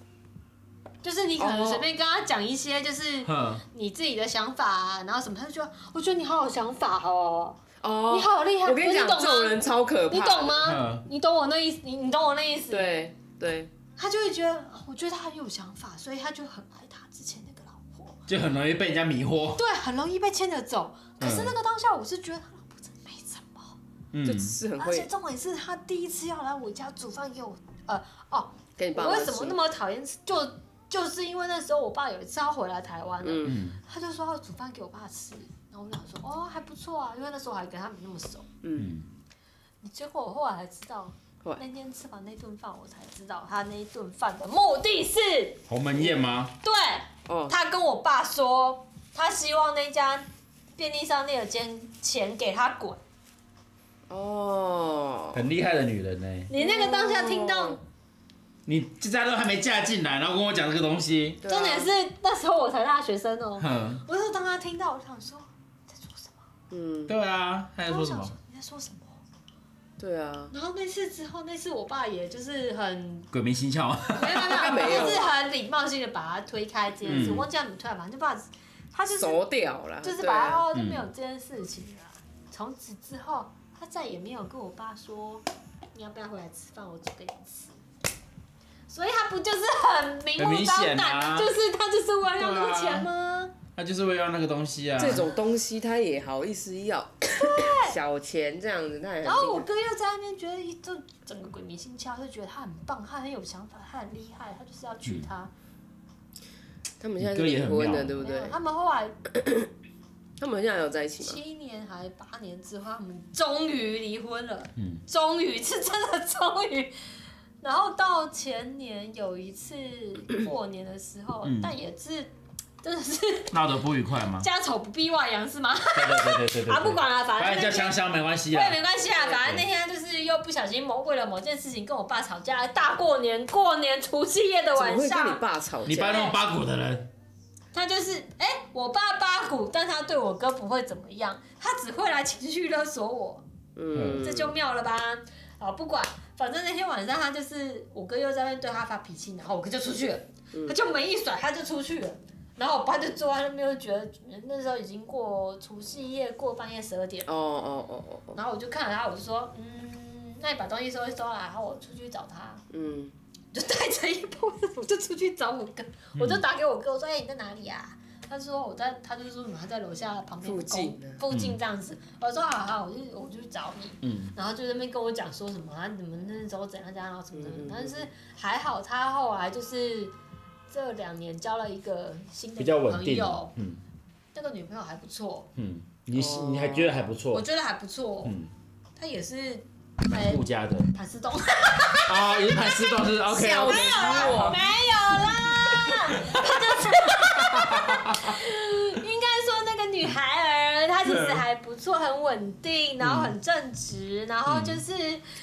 Speaker 3: 就是你可
Speaker 1: 哦
Speaker 3: 能随便跟他讲一些，就是
Speaker 2: 哼，
Speaker 3: 你自己的想法啊，然后什么，他就觉得我觉得你好有想法哦，
Speaker 1: 哦，
Speaker 3: 你好厉害，
Speaker 1: 我跟你讲，
Speaker 3: 懂
Speaker 1: 这种人
Speaker 3: 吗？
Speaker 1: 超可怕，
Speaker 3: 你懂？吗
Speaker 2: 嗯？
Speaker 3: 你懂我那意思？你你懂我那意思？，
Speaker 1: 对对，
Speaker 3: 他就会觉得，哦我觉得他很有想法，所以他就很爱他之前那个老婆，
Speaker 2: 就很容易被人家迷惑。
Speaker 3: 对，很容易被牵着走。
Speaker 1: 嗯
Speaker 3: 可是那个当下，我是觉得他老婆真没什么。
Speaker 1: 这
Speaker 2: 嗯，
Speaker 1: 是很
Speaker 3: 而且
Speaker 1: 会
Speaker 3: 重点是他第一次要来我家煮饭给我，呃，哦，
Speaker 1: 跟你爸
Speaker 3: 我
Speaker 1: 妈
Speaker 3: 为什么那么讨厌吃？就就是因为那时候我爸有一次要回来台湾了，
Speaker 1: 嗯
Speaker 2: 嗯
Speaker 3: 他就说要煮饭给我爸吃，然后我想说哦还不错啊，因为那时候还跟他们那么熟。
Speaker 1: 嗯，
Speaker 2: 嗯，
Speaker 3: 结果我后来才知道
Speaker 1: 后来，
Speaker 3: 那天吃完那顿饭，我才知道他那一顿饭的目的是，
Speaker 2: 鸿门宴吗？
Speaker 3: 对
Speaker 1: 哦，
Speaker 3: 他跟我爸说，他希望那家便利商店的钱钱给他滚。
Speaker 1: 哦，
Speaker 2: 很厉害的女人呢，
Speaker 3: 你那个当下听到
Speaker 1: 哦
Speaker 2: 你这家都还没嫁进来，然后跟我讲这个东西，
Speaker 1: 对啊
Speaker 3: 重点是那时候我才大学生哦、
Speaker 2: 哼，
Speaker 3: 我是当他听到，我就想说在说什么，
Speaker 1: 嗯，
Speaker 2: 对啊，他在
Speaker 3: 然
Speaker 2: 说
Speaker 3: 后我
Speaker 2: 什
Speaker 3: 想
Speaker 2: 么
Speaker 3: 说？你在说什么。
Speaker 1: 对啊，
Speaker 3: 然后那次之后，那次我爸也就是很
Speaker 2: 鬼迷心窍， <laughs>
Speaker 3: 没有没
Speaker 1: 应
Speaker 3: 有没
Speaker 1: 该没
Speaker 3: 有，
Speaker 1: 有
Speaker 3: 就是很礼貌性的把他推开这件事，
Speaker 2: 嗯
Speaker 3: 忘记他怎么推吧，就把他就是
Speaker 1: 熟掉了，
Speaker 3: 就是
Speaker 1: 对啊
Speaker 3: 把他哦就没有这件事情了。从此之后，他再也没有跟我爸说你要不要回来吃饭，我煮给你吃。所以他不就是很明
Speaker 2: 很
Speaker 3: 目
Speaker 2: 明
Speaker 3: 张
Speaker 2: 显
Speaker 3: 胆，
Speaker 2: 啊
Speaker 3: 就是他就是为了要那个
Speaker 2: 对啊
Speaker 3: 钱吗？
Speaker 2: 他就是为了要那个东西啊。
Speaker 1: 这种东西他也好意思要 <laughs> 小钱这样子，他也很
Speaker 2: 啊
Speaker 3: 然后我
Speaker 1: 厉
Speaker 3: 哥又在那边觉得一就整个鬼迷
Speaker 2: 嗯
Speaker 3: 心窍，就觉得他很棒，他很有想法，他很厉害，他就是要娶她。
Speaker 1: 害他们现在是
Speaker 2: 你哥也
Speaker 1: 离
Speaker 2: 很
Speaker 1: 婚
Speaker 2: 妙啊
Speaker 1: 的，对不
Speaker 3: 没
Speaker 1: 对
Speaker 3: 有，？他们后来
Speaker 1: 他们现在有在一起吗？
Speaker 3: 七年还八年之后，他们终于离婚了。
Speaker 2: 嗯，
Speaker 3: 终于是真的终于。然后到前年有一次过年的时候，
Speaker 2: 嗯
Speaker 3: 但也是真的是
Speaker 2: 闹得不愉快
Speaker 3: <laughs>
Speaker 2: 吗？
Speaker 3: 家丑不必外扬是吗？
Speaker 2: 对对对对对对。
Speaker 3: 啊，不管了，反
Speaker 2: 反正
Speaker 3: 正那
Speaker 2: 叫香
Speaker 3: 天。
Speaker 2: 香没关系
Speaker 3: 我也
Speaker 2: 啊。
Speaker 3: 没关系啊，
Speaker 1: 对
Speaker 3: 反正那天就是又不小心某为了某件事情跟我爸吵架，大过年过年除夕夜
Speaker 1: 怎
Speaker 3: 的
Speaker 1: 么
Speaker 3: 晚
Speaker 1: 会跟你
Speaker 3: 上，
Speaker 1: 爸吵
Speaker 2: 你爸
Speaker 1: 架？
Speaker 2: 那种八股的人，
Speaker 3: 他就是哎、我爸八股，但他对我哥不会怎么样，他只会来情绪勒索我。
Speaker 1: 嗯，
Speaker 3: 这就妙了吧？啊，不管，反正那天晚上他就是我哥又在那边对他发脾气，然后我哥就出去了，
Speaker 1: 嗯
Speaker 3: 他就门一甩，他就出去了。然后我爸就坐在那边，就觉得那时候已经过除夕夜，过半夜十二点。
Speaker 1: 哦哦哦哦哦，
Speaker 3: 然后我就看着他，我就说，嗯，那你把东西收一收啊，然后我出去找他。
Speaker 1: 嗯，
Speaker 3: 就带着一包，我就出去找我哥，我就打给我哥，我说：“哎、你在哪里啊？”他说：“我在。”他就说：“什么？他在楼下旁边的
Speaker 1: 附近
Speaker 3: 公
Speaker 1: 啊
Speaker 3: 附近这样子。我说：“好好，我就我就去找你。”
Speaker 2: 嗯，
Speaker 3: 然后就在那边跟我讲说什么啊，你们那时候怎样怎样，然后什么什么
Speaker 1: 嗯嗯。嗯
Speaker 3: 但是还好，他后来就是这两年交了一个新的
Speaker 2: 比较
Speaker 3: 女
Speaker 2: 稳
Speaker 3: 朋
Speaker 2: 定
Speaker 3: 友，。
Speaker 2: 嗯
Speaker 3: 那个女朋友还不错，
Speaker 2: 嗯，你
Speaker 1: 哦
Speaker 2: 你还觉得还不
Speaker 3: 我
Speaker 2: 错？
Speaker 3: 觉得还不错。
Speaker 2: 嗯，
Speaker 3: 他也是哎
Speaker 2: 蛮顾家的
Speaker 3: 盘
Speaker 2: <laughs>
Speaker 3: 丝洞。
Speaker 2: 啊，也是盘丝洞是 OK
Speaker 1: 笑
Speaker 2: OK。
Speaker 1: 死我
Speaker 3: <laughs> 没有啦，就是 <laughs> 应该说那个女孩儿，她其
Speaker 2: 嗯
Speaker 3: 实还不错，很稳定，然后很正直，然后就是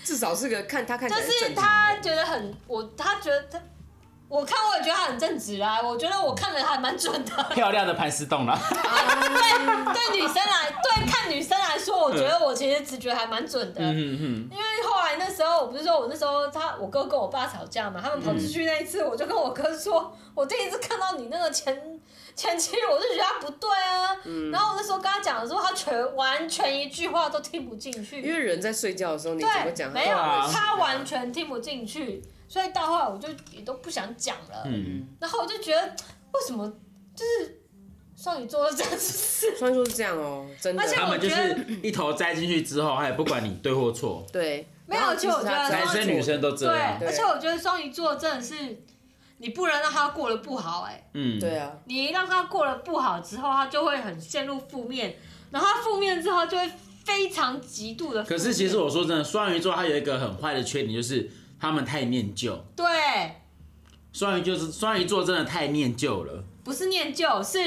Speaker 1: 至少是个看他看起
Speaker 3: 就
Speaker 1: 来
Speaker 3: 是
Speaker 1: 正常
Speaker 3: 她觉得很我，她觉得她。我看我也觉得她很正直啊，我觉得我看了还蛮准的。
Speaker 1: <laughs>
Speaker 2: 漂亮的盘丝洞啦，
Speaker 1: 啊
Speaker 3: 对对，女生来，对看女生来说，我觉得我其实直觉还蛮准的。
Speaker 2: 嗯嗯
Speaker 3: 因为后来那时候，我不是说我那时候他我哥跟我爸吵架嘛，他们
Speaker 1: 嗯
Speaker 3: 跑出去那一次，我就跟我哥说，我第一次看到你那个前 <laughs> 前妻，我就觉得他不对啊。
Speaker 1: 嗯
Speaker 3: 然后我那时候跟他讲的时候，他全完全一句话都听不进
Speaker 1: 因
Speaker 3: 去，
Speaker 1: 为人在睡觉的时候，你怎么
Speaker 3: 对，
Speaker 1: 讲？
Speaker 3: 没
Speaker 2: 对
Speaker 3: 有，
Speaker 2: 啊
Speaker 3: 他完全听不进去，所以到后来我就也都不想讲了。
Speaker 2: 嗯
Speaker 3: 然后我就觉得为什么就是双鱼座这样子， <laughs>
Speaker 1: 虽然说是这样哦，真的
Speaker 3: 而，且
Speaker 2: 他们就
Speaker 3: 我觉
Speaker 2: 是一头栽进去之后，他也不管你对或错，
Speaker 1: 对，
Speaker 3: 没有
Speaker 1: 然后即使
Speaker 3: 就我觉
Speaker 1: 他
Speaker 3: 得
Speaker 1: 这
Speaker 2: 男
Speaker 1: 样
Speaker 2: 生
Speaker 1: 做
Speaker 2: 女生都这样。
Speaker 1: 对
Speaker 3: 而且我觉得双鱼座真的是你不能让他过得不好哎、
Speaker 2: 嗯，
Speaker 1: 对啊，
Speaker 3: 你让他过得不好之后，他就会很陷入负面，然后他负面之后就会非常极度的。
Speaker 2: 可是其实我说真的，双鱼座它有一个很坏的缺点，就是他们太念旧。
Speaker 3: 对，
Speaker 2: 双鱼就是双鱼座真的太念旧了，
Speaker 3: 不是念旧，是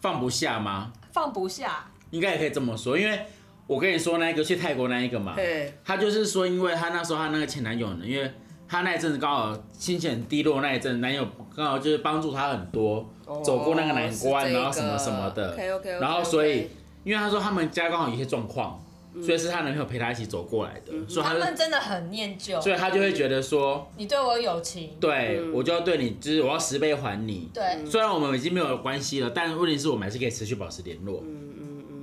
Speaker 2: 放不下吗？
Speaker 3: 放不下。
Speaker 2: 应该也可以这么说，因为我跟你说那一个去泰国那一个嘛，
Speaker 1: 对，
Speaker 2: 她就是说，因为她那时候她那个前男友呢，因为她那一阵子刚好心情很低落，那一阵男友刚好就是帮助她很多，走过那个难关，然后什么什么的。
Speaker 1: OK OK，
Speaker 2: 然后所以，因为她说他们家刚好有一些状况，所以是她男朋友陪她一起走过来的，所以她
Speaker 3: 他
Speaker 2: 就
Speaker 3: 们真的很念旧，
Speaker 2: 所以她就会觉得说，
Speaker 3: 你对我友情，
Speaker 2: 对、我就要对你，就是我要十倍还你。
Speaker 1: 嗯
Speaker 3: 对，
Speaker 2: 虽然我们已经没有关系了，但问题是我们还是可以持续保持联络。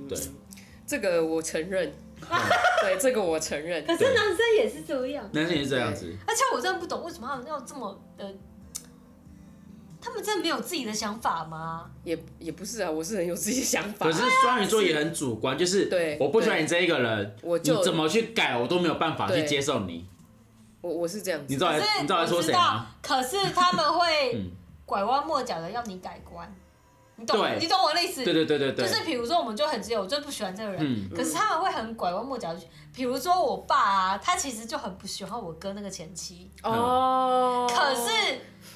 Speaker 2: 对，
Speaker 1: 这个我承
Speaker 2: <laughs>
Speaker 1: 认，对，这个我承认，
Speaker 3: 可是男生也是这样，
Speaker 2: 男生也是这样子，
Speaker 3: 而且我真的不懂为什么他们要这么呃，他们真的没有自己的想法吗？
Speaker 1: 也也不是啊，我是很有自己的想法
Speaker 2: 可，是双鱼座也很主观，就是
Speaker 1: 对
Speaker 2: 我不喜欢你这一个人，
Speaker 1: 我
Speaker 2: 你
Speaker 1: 就
Speaker 2: 怎么去改我都没有办法去
Speaker 1: 对
Speaker 2: 接受你。
Speaker 1: 我我是这样
Speaker 2: 你
Speaker 1: 子
Speaker 2: 知，道
Speaker 3: 可是
Speaker 2: 你知道在说
Speaker 3: 我
Speaker 2: 谁
Speaker 3: 知
Speaker 2: 吗
Speaker 3: 道？，可是他们会
Speaker 2: <laughs> 嗯
Speaker 3: 拐弯抹角的要你改观，你懂
Speaker 2: 对
Speaker 3: 你懂我的意思？
Speaker 2: 对对对对对，
Speaker 3: 就是比如说，我们就很只有我就不喜欢这个人，
Speaker 2: 嗯
Speaker 3: 可是他们会很拐弯抹角地去。比如说我爸啊，他其实就很不喜欢我哥那个前妻，
Speaker 1: 哦，
Speaker 3: 可是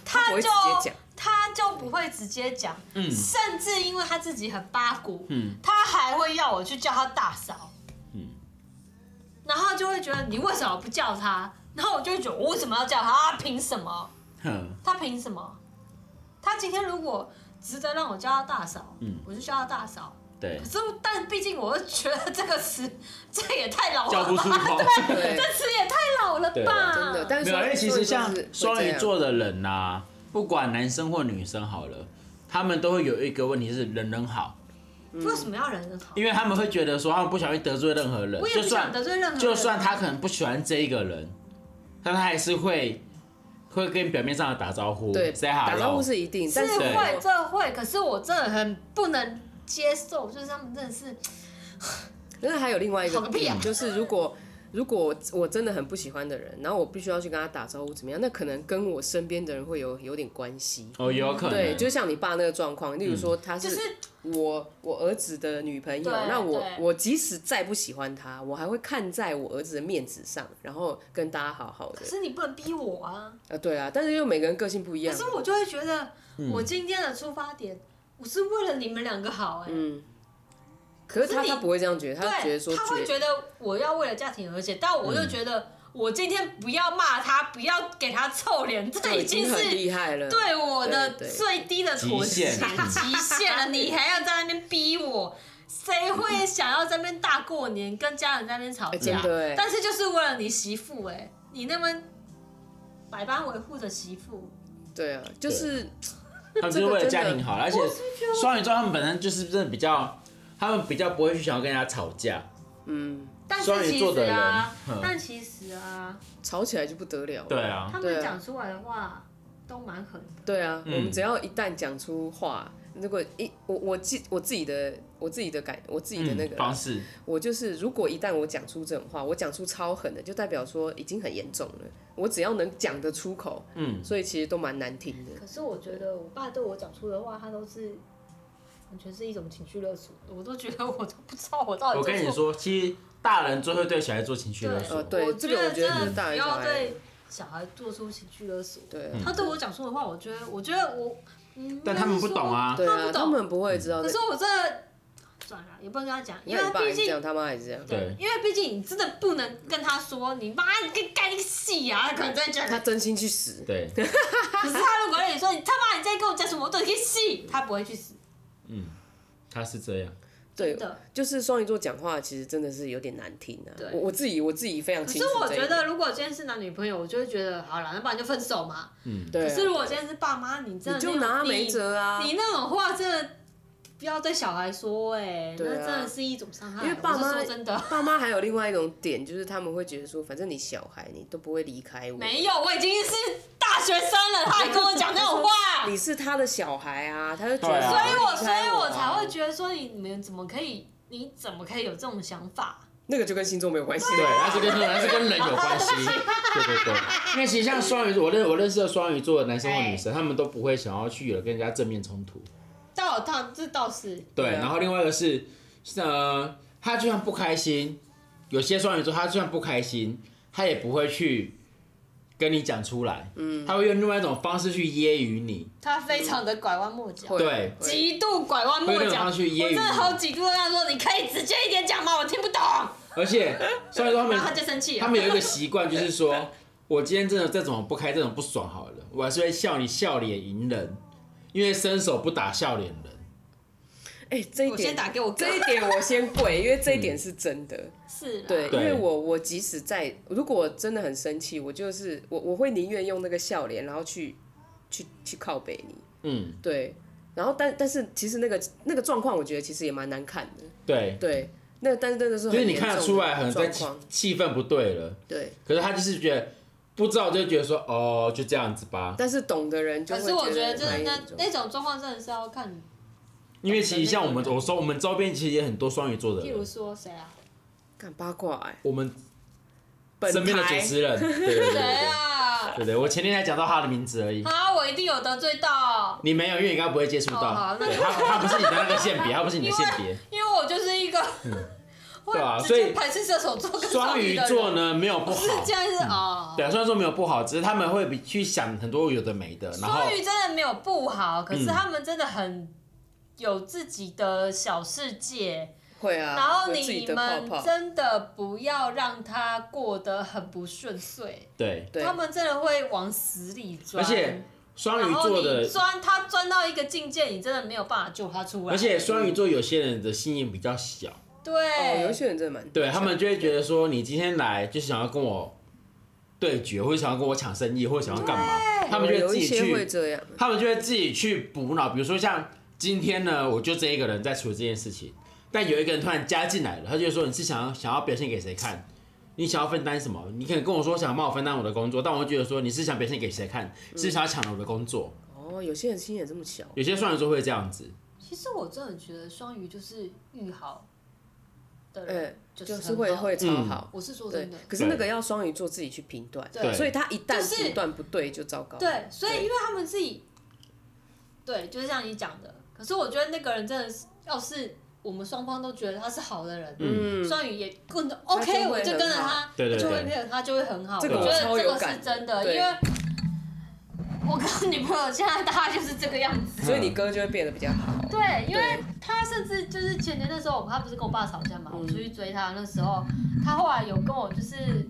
Speaker 1: 他不
Speaker 3: 他
Speaker 1: 会直
Speaker 3: 就
Speaker 1: 接讲
Speaker 3: 他就不会直接讲，
Speaker 2: 嗯
Speaker 3: 甚至因为他自己很八股，
Speaker 2: 嗯
Speaker 3: 他还会要我去叫他大嫂，
Speaker 2: 嗯
Speaker 3: 然后就会觉得你为什么不叫他？然后我就会觉得我为什么要叫他？他凭什么？
Speaker 2: 哼
Speaker 3: 他凭什么？他今天如果值得让我叫他大嫂，
Speaker 2: 嗯
Speaker 3: 我就叫他大嫂。
Speaker 2: 对
Speaker 3: 可，是，但毕竟我会觉得这个词， <laughs> 这也太老
Speaker 2: 叫
Speaker 3: 了
Speaker 2: 不
Speaker 3: 吧，
Speaker 2: 出
Speaker 3: <laughs>
Speaker 2: 口。
Speaker 1: 对
Speaker 3: 这，词也太老了
Speaker 2: 对
Speaker 3: 吧？
Speaker 1: 真的，但
Speaker 2: 没
Speaker 1: 是
Speaker 2: 有，因为哎其实像双鱼座
Speaker 1: 座。
Speaker 2: 的人呐、不管男生或女生好了，他们都会有一个问题是人人好，
Speaker 3: 为什么要人人好？
Speaker 2: 因为他们会觉得说他们不想去得罪任何人
Speaker 3: 我，也
Speaker 2: 就
Speaker 3: 不想
Speaker 2: 算
Speaker 3: 得罪任何人，
Speaker 2: 就算他可能不喜欢这一个人，但他还是会会跟表面上的打招呼，
Speaker 1: 对，
Speaker 2: say hello，
Speaker 1: 打招呼是一定，但
Speaker 3: 是
Speaker 1: 是
Speaker 3: 会这会，可是我真的很不能接受，就是他们真的是
Speaker 1: 但是还有另外一个
Speaker 3: 好个屁啊
Speaker 1: 就是如果如果我真的很不喜欢的人，然后我必须要去跟他打招呼，怎么样？那可能跟我身边的人会有有点关系。
Speaker 2: 哦，有可能，
Speaker 1: 对，就像你爸那个状况，例如
Speaker 2: 嗯
Speaker 1: 说他
Speaker 4: 就是是
Speaker 1: 我我儿子的女朋友，
Speaker 3: 对
Speaker 1: 那我
Speaker 3: 对
Speaker 1: 我即使再不喜欢他，我还会看在我儿子的面子上，然后跟大家好好的
Speaker 3: 可。是你不能逼我啊！
Speaker 1: 啊，对啊，但是因为每个人个性不一
Speaker 3: 可
Speaker 1: 样
Speaker 3: 是，我就会觉得，
Speaker 1: 嗯
Speaker 3: 我今天的出发点，我是为了你们两个好哎、
Speaker 1: 嗯，可是
Speaker 3: 可
Speaker 1: 他
Speaker 3: 是你
Speaker 1: 他不会这样觉得，他觉嗯
Speaker 3: 对
Speaker 1: 得，说
Speaker 3: 他会觉得我要为了家庭而且，但我就觉得我今天不要骂他，不要给他臭脸，这
Speaker 1: 这
Speaker 3: 已
Speaker 1: 已经
Speaker 3: 经
Speaker 1: 很
Speaker 3: 是
Speaker 1: 厉害了，
Speaker 3: 对我的
Speaker 1: 对对
Speaker 3: 最低的妥协
Speaker 2: 极限
Speaker 3: 极限了，你还要在那边逼我。谁会想要在那边大过年跟家人在那边吵
Speaker 1: 哎
Speaker 3: 架？
Speaker 2: 啊
Speaker 1: 真的哎
Speaker 3: 但是就是为了你媳妇哎、你那么百般维护的媳妇，
Speaker 1: 对啊，就是
Speaker 2: 他们就是为了家庭好，而且双鱼座他们本身就是真的比较，他们比较不会去想要跟人家吵架，
Speaker 1: 嗯，
Speaker 3: 但
Speaker 2: 双
Speaker 3: 是
Speaker 2: 鱼
Speaker 3: 其
Speaker 2: 座
Speaker 3: 实
Speaker 2: 的人
Speaker 3: 啊
Speaker 2: 嗯，
Speaker 3: 但其实啊，
Speaker 1: 吵起来就不得了了。
Speaker 2: 对啊，
Speaker 3: 他
Speaker 1: 对啊
Speaker 3: 们讲出来的话都蛮狠的。
Speaker 1: 对啊，
Speaker 2: 嗯
Speaker 1: 我们只要一旦讲出话，如果一我我自我自己的我自己的感我自己的那个
Speaker 2: 嗯
Speaker 1: 啦，
Speaker 2: 方式，
Speaker 1: 我就是如果一旦我讲出这种话，我讲出超狠的，就代表说已经很严重了。我只要能讲得出口，
Speaker 2: 嗯，
Speaker 1: 所以其实都蛮难听的。
Speaker 3: 可是我觉得我爸对我讲出的话，他都是完全是一种情绪勒索，我都觉得我都不知道我
Speaker 1: 哦
Speaker 3: 到底
Speaker 2: 我
Speaker 3: 做
Speaker 2: 跟你
Speaker 3: 错
Speaker 2: 说，其实大人最会对小孩做情绪勒
Speaker 1: 呃，
Speaker 2: 索，
Speaker 1: 对，这个我觉
Speaker 3: 真
Speaker 1: 得很
Speaker 3: 的
Speaker 1: 大
Speaker 3: 不
Speaker 1: 一小
Speaker 3: 要
Speaker 1: 孩，
Speaker 3: 对小孩做出情绪勒索。
Speaker 1: 对
Speaker 2: 嗯
Speaker 1: 啊
Speaker 3: 他对我讲出的话，我觉得，我觉得我，嗯，
Speaker 2: 但他们不懂。啊，
Speaker 1: 对啊，他
Speaker 3: 他们不懂
Speaker 1: 们不会知道
Speaker 3: 可
Speaker 1: 的
Speaker 3: 是。我真的算了，也不能跟他讲，
Speaker 1: 你
Speaker 3: 因
Speaker 1: 看
Speaker 3: 为
Speaker 1: 你爸也
Speaker 3: 毕
Speaker 1: 是这
Speaker 3: 竟
Speaker 1: 样，他妈也是这样，
Speaker 2: 对
Speaker 3: 因为毕竟你真的不能跟他说，你妈你跟干一个屁啊，他可能在讲。
Speaker 1: 他真心去死。
Speaker 2: 对，
Speaker 3: 可是他如果跟你说，你他妈你在跟我讲什么，我都可以戏，他不会去死。
Speaker 2: 嗯，他是这样，
Speaker 1: 对
Speaker 3: 真的，
Speaker 1: 就是双鱼座讲话其实真的是有点难听啊
Speaker 3: 对。
Speaker 1: 我我自己我自己非常
Speaker 3: 可
Speaker 1: 清
Speaker 3: 是
Speaker 1: 楚
Speaker 3: 我
Speaker 1: 这一
Speaker 3: 觉
Speaker 1: 点。
Speaker 3: 得，如果今天是男女朋友，我就会觉得好了，那不然就分手嘛。
Speaker 1: 对
Speaker 3: 可
Speaker 1: 啊，
Speaker 3: 是如果今天是爸妈，你真的
Speaker 1: 你就
Speaker 3: 那种
Speaker 1: 拿他
Speaker 3: 你
Speaker 1: 没辙啊。
Speaker 3: 你那种话真的不要对小孩说、哎、那
Speaker 1: 对啊
Speaker 3: 真的是一种伤害。
Speaker 1: 因为爸妈
Speaker 3: 我是说真的
Speaker 1: 爸妈还有另外一种点，就是他们会觉得说，反正你小孩你都不会离开我，
Speaker 3: 没有，我已经是大学生了，他还跟我讲那种话，
Speaker 1: 你是他的小孩啊，他就觉
Speaker 2: 对
Speaker 1: 得
Speaker 2: 啊
Speaker 1: 说，
Speaker 3: 所以我
Speaker 1: 你
Speaker 3: 所
Speaker 1: 离开
Speaker 3: 以
Speaker 1: 我
Speaker 3: 我
Speaker 1: 啊
Speaker 3: 才会觉得说你们怎么可以，你怎么可以有这种想法？
Speaker 1: 那个就跟星座没有关系
Speaker 2: 对，啊
Speaker 1: 了。
Speaker 2: 那是跟那是跟人有关系，对对对，因为其实像双鱼座，我认我认识的双鱼座的男生或女生，
Speaker 1: 哎
Speaker 2: 他们都不会想要去有跟人家正面冲突，
Speaker 3: 倒倒这倒是，
Speaker 2: 对，
Speaker 1: 对啊
Speaker 2: 然后另外一个是，是呃，他就算不开心，有些双鱼座他就算不开心，他也不会去跟你讲出来，嗯，他会用另外一种方式去揶揄你，
Speaker 3: 他非常的拐弯抹角。
Speaker 1: 会
Speaker 2: 对
Speaker 1: 会
Speaker 3: 极度拐弯抹
Speaker 2: 会有那种
Speaker 3: 角，
Speaker 2: 他
Speaker 3: 我
Speaker 2: 去揶揄
Speaker 3: 真的好几度跟他说，你可以直接一点讲吗？我听不懂，
Speaker 2: 而且双鱼
Speaker 1: <laughs>
Speaker 2: 座他
Speaker 3: 然后他
Speaker 2: 们
Speaker 3: 就生气
Speaker 2: 他
Speaker 1: 啊
Speaker 3: 了。
Speaker 2: 们有一个习惯，就是说 <laughs> 我今天真的再怎么不开，这种不爽好了，我还是会笑你笑脸迎人，因为伸手不打笑脸人，
Speaker 1: 哎，这一
Speaker 3: 我先
Speaker 1: 点
Speaker 3: 打给我哥
Speaker 1: 这，一点我先跪，因为这一点是真的。
Speaker 3: 是啦，
Speaker 1: 对，
Speaker 2: 嗯
Speaker 1: 因
Speaker 2: 对
Speaker 1: 为我我即使在，如果真的很生气，我就是我我会宁愿用那个笑脸，然后去去去靠北你。
Speaker 2: 嗯，
Speaker 1: 对，然后但但是其实那个那个状况，我觉得其实也蛮难看的。
Speaker 2: 对，
Speaker 1: 对，那但是真的是
Speaker 2: 就
Speaker 1: 很
Speaker 2: 是你
Speaker 1: 严重
Speaker 2: 看
Speaker 1: 的
Speaker 2: 得出来，可能在
Speaker 1: 状
Speaker 2: 气
Speaker 1: 况，
Speaker 2: 气氛不对了。
Speaker 1: 对。
Speaker 2: 可是他就是觉得不知道，就觉得说哦，就这样子吧。
Speaker 1: 但是懂的人就
Speaker 3: 可
Speaker 1: 会
Speaker 3: 是我觉得
Speaker 1: 得
Speaker 3: 真的
Speaker 1: 蛮
Speaker 3: 那
Speaker 1: 严重
Speaker 3: 那种状况真的是要看，
Speaker 2: 因为其实像我们，我说我们周边其实也很多双鱼座的
Speaker 3: 譬如
Speaker 2: 人，
Speaker 3: 说谁啊？
Speaker 1: 干八卦哎、
Speaker 2: 我们
Speaker 1: 本
Speaker 2: 身边的主
Speaker 1: 台
Speaker 2: 持人，对对对对
Speaker 3: 谁
Speaker 2: 对
Speaker 3: 啊？
Speaker 2: 对对，我前天才讲到他的名字而已。
Speaker 3: 啊，我一定有得罪到，
Speaker 2: 你没有，因为你应该不会接触
Speaker 3: 哦好
Speaker 2: 到，
Speaker 3: 那
Speaker 2: 对他他不是你的那个性别，他不是你的性别。
Speaker 3: 因为我就是一个， <laughs>
Speaker 2: 对啊
Speaker 3: 我直
Speaker 2: 所以
Speaker 3: 接排斥射手座跟
Speaker 2: 双鱼
Speaker 3: 的人
Speaker 2: 座，呢没有不好，
Speaker 3: 是这样是哦。
Speaker 2: 对啊，双鱼座没有不好，只是他们会比去想很多有的没的，然后
Speaker 3: 双鱼真的没有不好，可是他们真的很有自己的小世界，
Speaker 1: 会啊，
Speaker 3: 然后
Speaker 1: 有自己
Speaker 3: 你
Speaker 1: 的泡
Speaker 3: 们
Speaker 1: 泡，
Speaker 3: 真的不要让他过得很不顺遂，
Speaker 2: 对，
Speaker 1: 对
Speaker 3: 他们真的会往死里钻，
Speaker 2: 而且双
Speaker 3: 然
Speaker 2: 鱼
Speaker 3: 后
Speaker 2: 座
Speaker 3: 你
Speaker 2: 的，
Speaker 3: 钻他钻到一个境界，你真的没有办法救他出来，
Speaker 2: 而且双鱼座有些人的心眼比较小，
Speaker 1: 哦，
Speaker 3: 对
Speaker 1: 有，些人真的蛮
Speaker 2: 对他们就会觉得说，你今天来就是想要跟我对决，或者想要跟我抢生意，或者想要干嘛，他们就
Speaker 1: 哦有
Speaker 2: 会自
Speaker 1: 一
Speaker 2: 己
Speaker 1: 些会
Speaker 2: 去，
Speaker 1: 这样，
Speaker 2: 他们就会自己去补脑。比如说像今天呢，我就这一个人在处理这件事情，但有一个人突然加进来了，他就说你是想要想要表现给谁看？你想要分担什么？你可能跟我说想要帮我分担我的工作，但我会觉得说你是想表现给谁看？
Speaker 1: 嗯
Speaker 2: 是想要抢了我的工作？
Speaker 1: 哦，有些人心眼这么小，
Speaker 2: 有些双鱼座会这样子，
Speaker 3: 其实我真的觉得双鱼就是遇好，的
Speaker 1: 嗯
Speaker 3: 人，就
Speaker 1: 就是
Speaker 3: 是
Speaker 1: 会
Speaker 3: 很好
Speaker 1: 会超
Speaker 2: 嗯
Speaker 1: 好。
Speaker 3: 我是说
Speaker 1: 对
Speaker 3: 真的，，
Speaker 1: 可是那个要双鱼座自己去评断，
Speaker 3: 对
Speaker 1: 所以他一旦
Speaker 3: 就是
Speaker 1: 评断不对就糟糕。
Speaker 3: 对，所以因为他们自己，对，就是像你讲的。可是我觉得那个人真的是，要是我们双方都觉得他是好的人，
Speaker 1: 嗯，
Speaker 3: 双鱼也跟着 OK，
Speaker 1: 就会
Speaker 3: 我就跟着
Speaker 1: 很好
Speaker 3: 他，
Speaker 2: 对对
Speaker 3: 就会
Speaker 2: 对
Speaker 3: 配合他，就会很好。
Speaker 1: 这
Speaker 2: 个
Speaker 3: 我觉
Speaker 2: 我
Speaker 3: 得
Speaker 1: 超
Speaker 3: 这
Speaker 1: 有
Speaker 3: 个
Speaker 1: 感
Speaker 3: 是
Speaker 1: 的
Speaker 3: 真的，
Speaker 1: 对
Speaker 3: 因为我跟女朋友现在大家就是这个样子。
Speaker 1: 所以你哥就会变得比较好。
Speaker 3: <laughs> 对，因为
Speaker 1: 对
Speaker 3: 他甚至就是前年那时候，我他不是跟我爸吵架嘛，
Speaker 1: 嗯
Speaker 3: 我出去追他那时候，他后来有跟我就是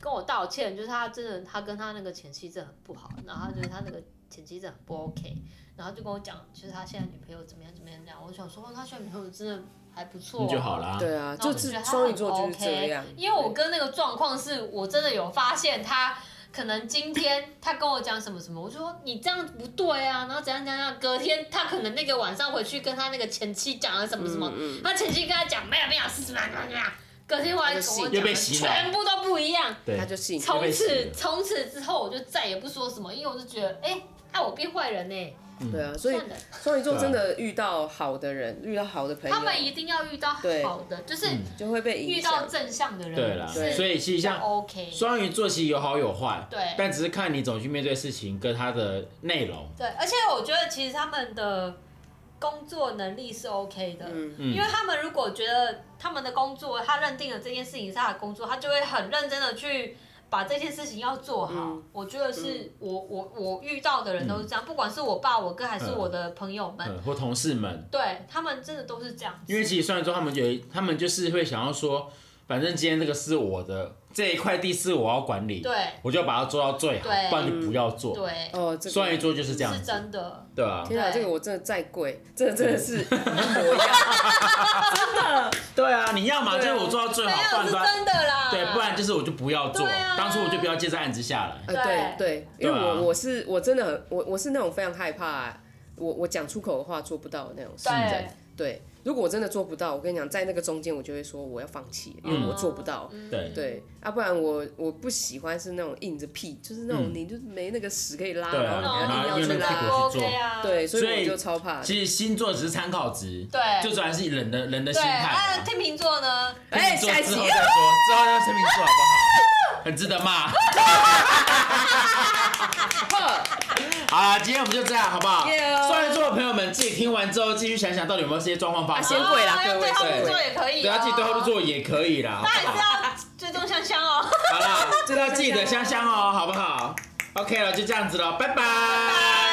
Speaker 3: 跟我道歉，就是他真的他跟他那个前妻真的很不好，然后他觉得他那个前妻真的很不 OK，然后就跟我讲，就是他现在女朋友怎么样怎么样怎么样，我想说哦他现在女朋友真的还不错、
Speaker 2: 嗯那就好。啦。
Speaker 1: 对啊，
Speaker 3: 然后
Speaker 1: 就
Speaker 3: 我就是觉得他
Speaker 1: 双鱼
Speaker 3: 很
Speaker 1: 座就是这
Speaker 3: OK，
Speaker 1: 样。
Speaker 3: 因为我跟那个状况是我真的有发现他。可能今天他跟我讲什么什么，我就说你这样不对啊，然后怎样怎样怎样。隔天他可能那个晚上回去跟他那个前妻讲了什么什么，
Speaker 1: 嗯
Speaker 3: 他前妻跟他讲没有没有是什么什么什么，隔天回来
Speaker 1: 他就
Speaker 3: 跟
Speaker 1: 信
Speaker 3: 我
Speaker 2: 又被
Speaker 3: 讲
Speaker 2: 洗脑
Speaker 3: 全部都不一样。
Speaker 1: 嗯，
Speaker 2: 对
Speaker 1: 他，就信。
Speaker 2: 又
Speaker 3: 从
Speaker 2: 被洗
Speaker 3: 此
Speaker 2: 了
Speaker 3: 从此之后我就再也不说什么，因为我就觉得哎，害、我变坏人呢、
Speaker 1: 对啊，所以
Speaker 3: 算了
Speaker 1: 双鱼座真的
Speaker 2: 啊
Speaker 1: 遇到好的人，遇到好的朋
Speaker 3: 他们
Speaker 1: 友，
Speaker 3: 一定要遇到
Speaker 1: 对
Speaker 3: 好的，就是
Speaker 1: 就会被
Speaker 3: 遇
Speaker 1: 影
Speaker 3: 到
Speaker 1: 响。
Speaker 3: 正向的人，
Speaker 2: 对啦，
Speaker 1: 对
Speaker 3: 是
Speaker 2: 所以其实像
Speaker 3: OK。
Speaker 2: 双鱼座其实有好有坏，
Speaker 3: 对
Speaker 2: 但只是看你怎么去面对事情跟它的内容。
Speaker 3: 对，而且我觉得其实他们的工作能力是 OK 的，
Speaker 1: 嗯，
Speaker 2: 嗯
Speaker 3: 因为他们如果觉得他们的工作，他认定了这件事情是他的工作，他就会很认真的去把这件事情要做好。
Speaker 1: 嗯
Speaker 3: 我觉得是、我我我遇到的人都是这样，不管是我爸、我哥还是我的朋友们，
Speaker 2: 嗯，或同事们，
Speaker 3: 对他们真的都是这样子。
Speaker 2: 因为其实双鱼座他们有一，他们就是会想要说，反正今天这个是我的这一块地是我要管理，
Speaker 3: 对
Speaker 2: 我就要把它做到最好，
Speaker 3: 对
Speaker 2: 不然就不要做。
Speaker 3: 对，
Speaker 1: 哦，这个
Speaker 2: 双鱼座就是这样
Speaker 3: 是
Speaker 2: 子，
Speaker 3: 真的。
Speaker 2: 对啊，
Speaker 1: 天啊，
Speaker 3: 对
Speaker 1: 这个我真的再贵，这个真的是一模一
Speaker 3: <laughs>
Speaker 1: 样，真的。
Speaker 2: 对啊，你要嘛就
Speaker 1: 对啊
Speaker 2: 是我做到最
Speaker 3: 没
Speaker 2: 好，不然
Speaker 3: 有是
Speaker 2: 不然
Speaker 3: 真的啦，
Speaker 2: 对，不然就是我就不要做，
Speaker 3: 对啊
Speaker 2: 当初我就不要接这案子下来。
Speaker 1: 呃，对对，因为
Speaker 2: 对啊
Speaker 1: 我我是我真的很我我是那种非常害怕，我我讲出口的话做不到的那种事情
Speaker 3: 对
Speaker 1: 人。对，如果我真的做不到，我跟你讲，在那个中间我就会说我要放弃，因
Speaker 2: 嗯
Speaker 1: 为我做不到。
Speaker 3: 嗯
Speaker 2: 对
Speaker 1: 对，要、不然我我不喜欢是那种硬着屁，就是那种
Speaker 2: 嗯
Speaker 1: 你就是没那个屎可以拉，
Speaker 2: 对啊
Speaker 1: 然后你
Speaker 2: 然后
Speaker 1: 还
Speaker 3: 哦，
Speaker 1: 硬要
Speaker 2: 用
Speaker 1: 去
Speaker 2: 那个屁
Speaker 1: 拉
Speaker 2: 股。
Speaker 3: o k 啊，
Speaker 1: 对，所以
Speaker 2: 所以
Speaker 1: 我就超怕的。
Speaker 2: 其实星座只是参考值，
Speaker 3: 对
Speaker 2: 最主要还是人的人的
Speaker 3: 对，啊
Speaker 2: 心
Speaker 3: 那
Speaker 2: 态。
Speaker 3: 天秤座呢？
Speaker 1: 哎，
Speaker 2: 星座
Speaker 1: 下一
Speaker 2: 之
Speaker 1: 集
Speaker 2: 后再说，之后要声明座好不好？很值得
Speaker 1: <laughs>
Speaker 2: 骂。好啦，今天我们就这样，好不好？
Speaker 1: Yeah 哦
Speaker 2: 双鱼座的朋友们，自己听完之后，继续想想到底有没有这些状况发
Speaker 1: 啊
Speaker 2: 生
Speaker 1: 先。跪啦
Speaker 3: 哦
Speaker 1: 各位
Speaker 3: 对号
Speaker 2: 对
Speaker 3: 入座也可以、哦，
Speaker 2: 对，要自己对号入座也可以啦，好
Speaker 3: 那
Speaker 2: 不
Speaker 3: 也是
Speaker 2: 好？
Speaker 3: 要追踪香香哦。
Speaker 2: 好啦，这要记得香香哦，好不好？OK 了，就这样子了，拜拜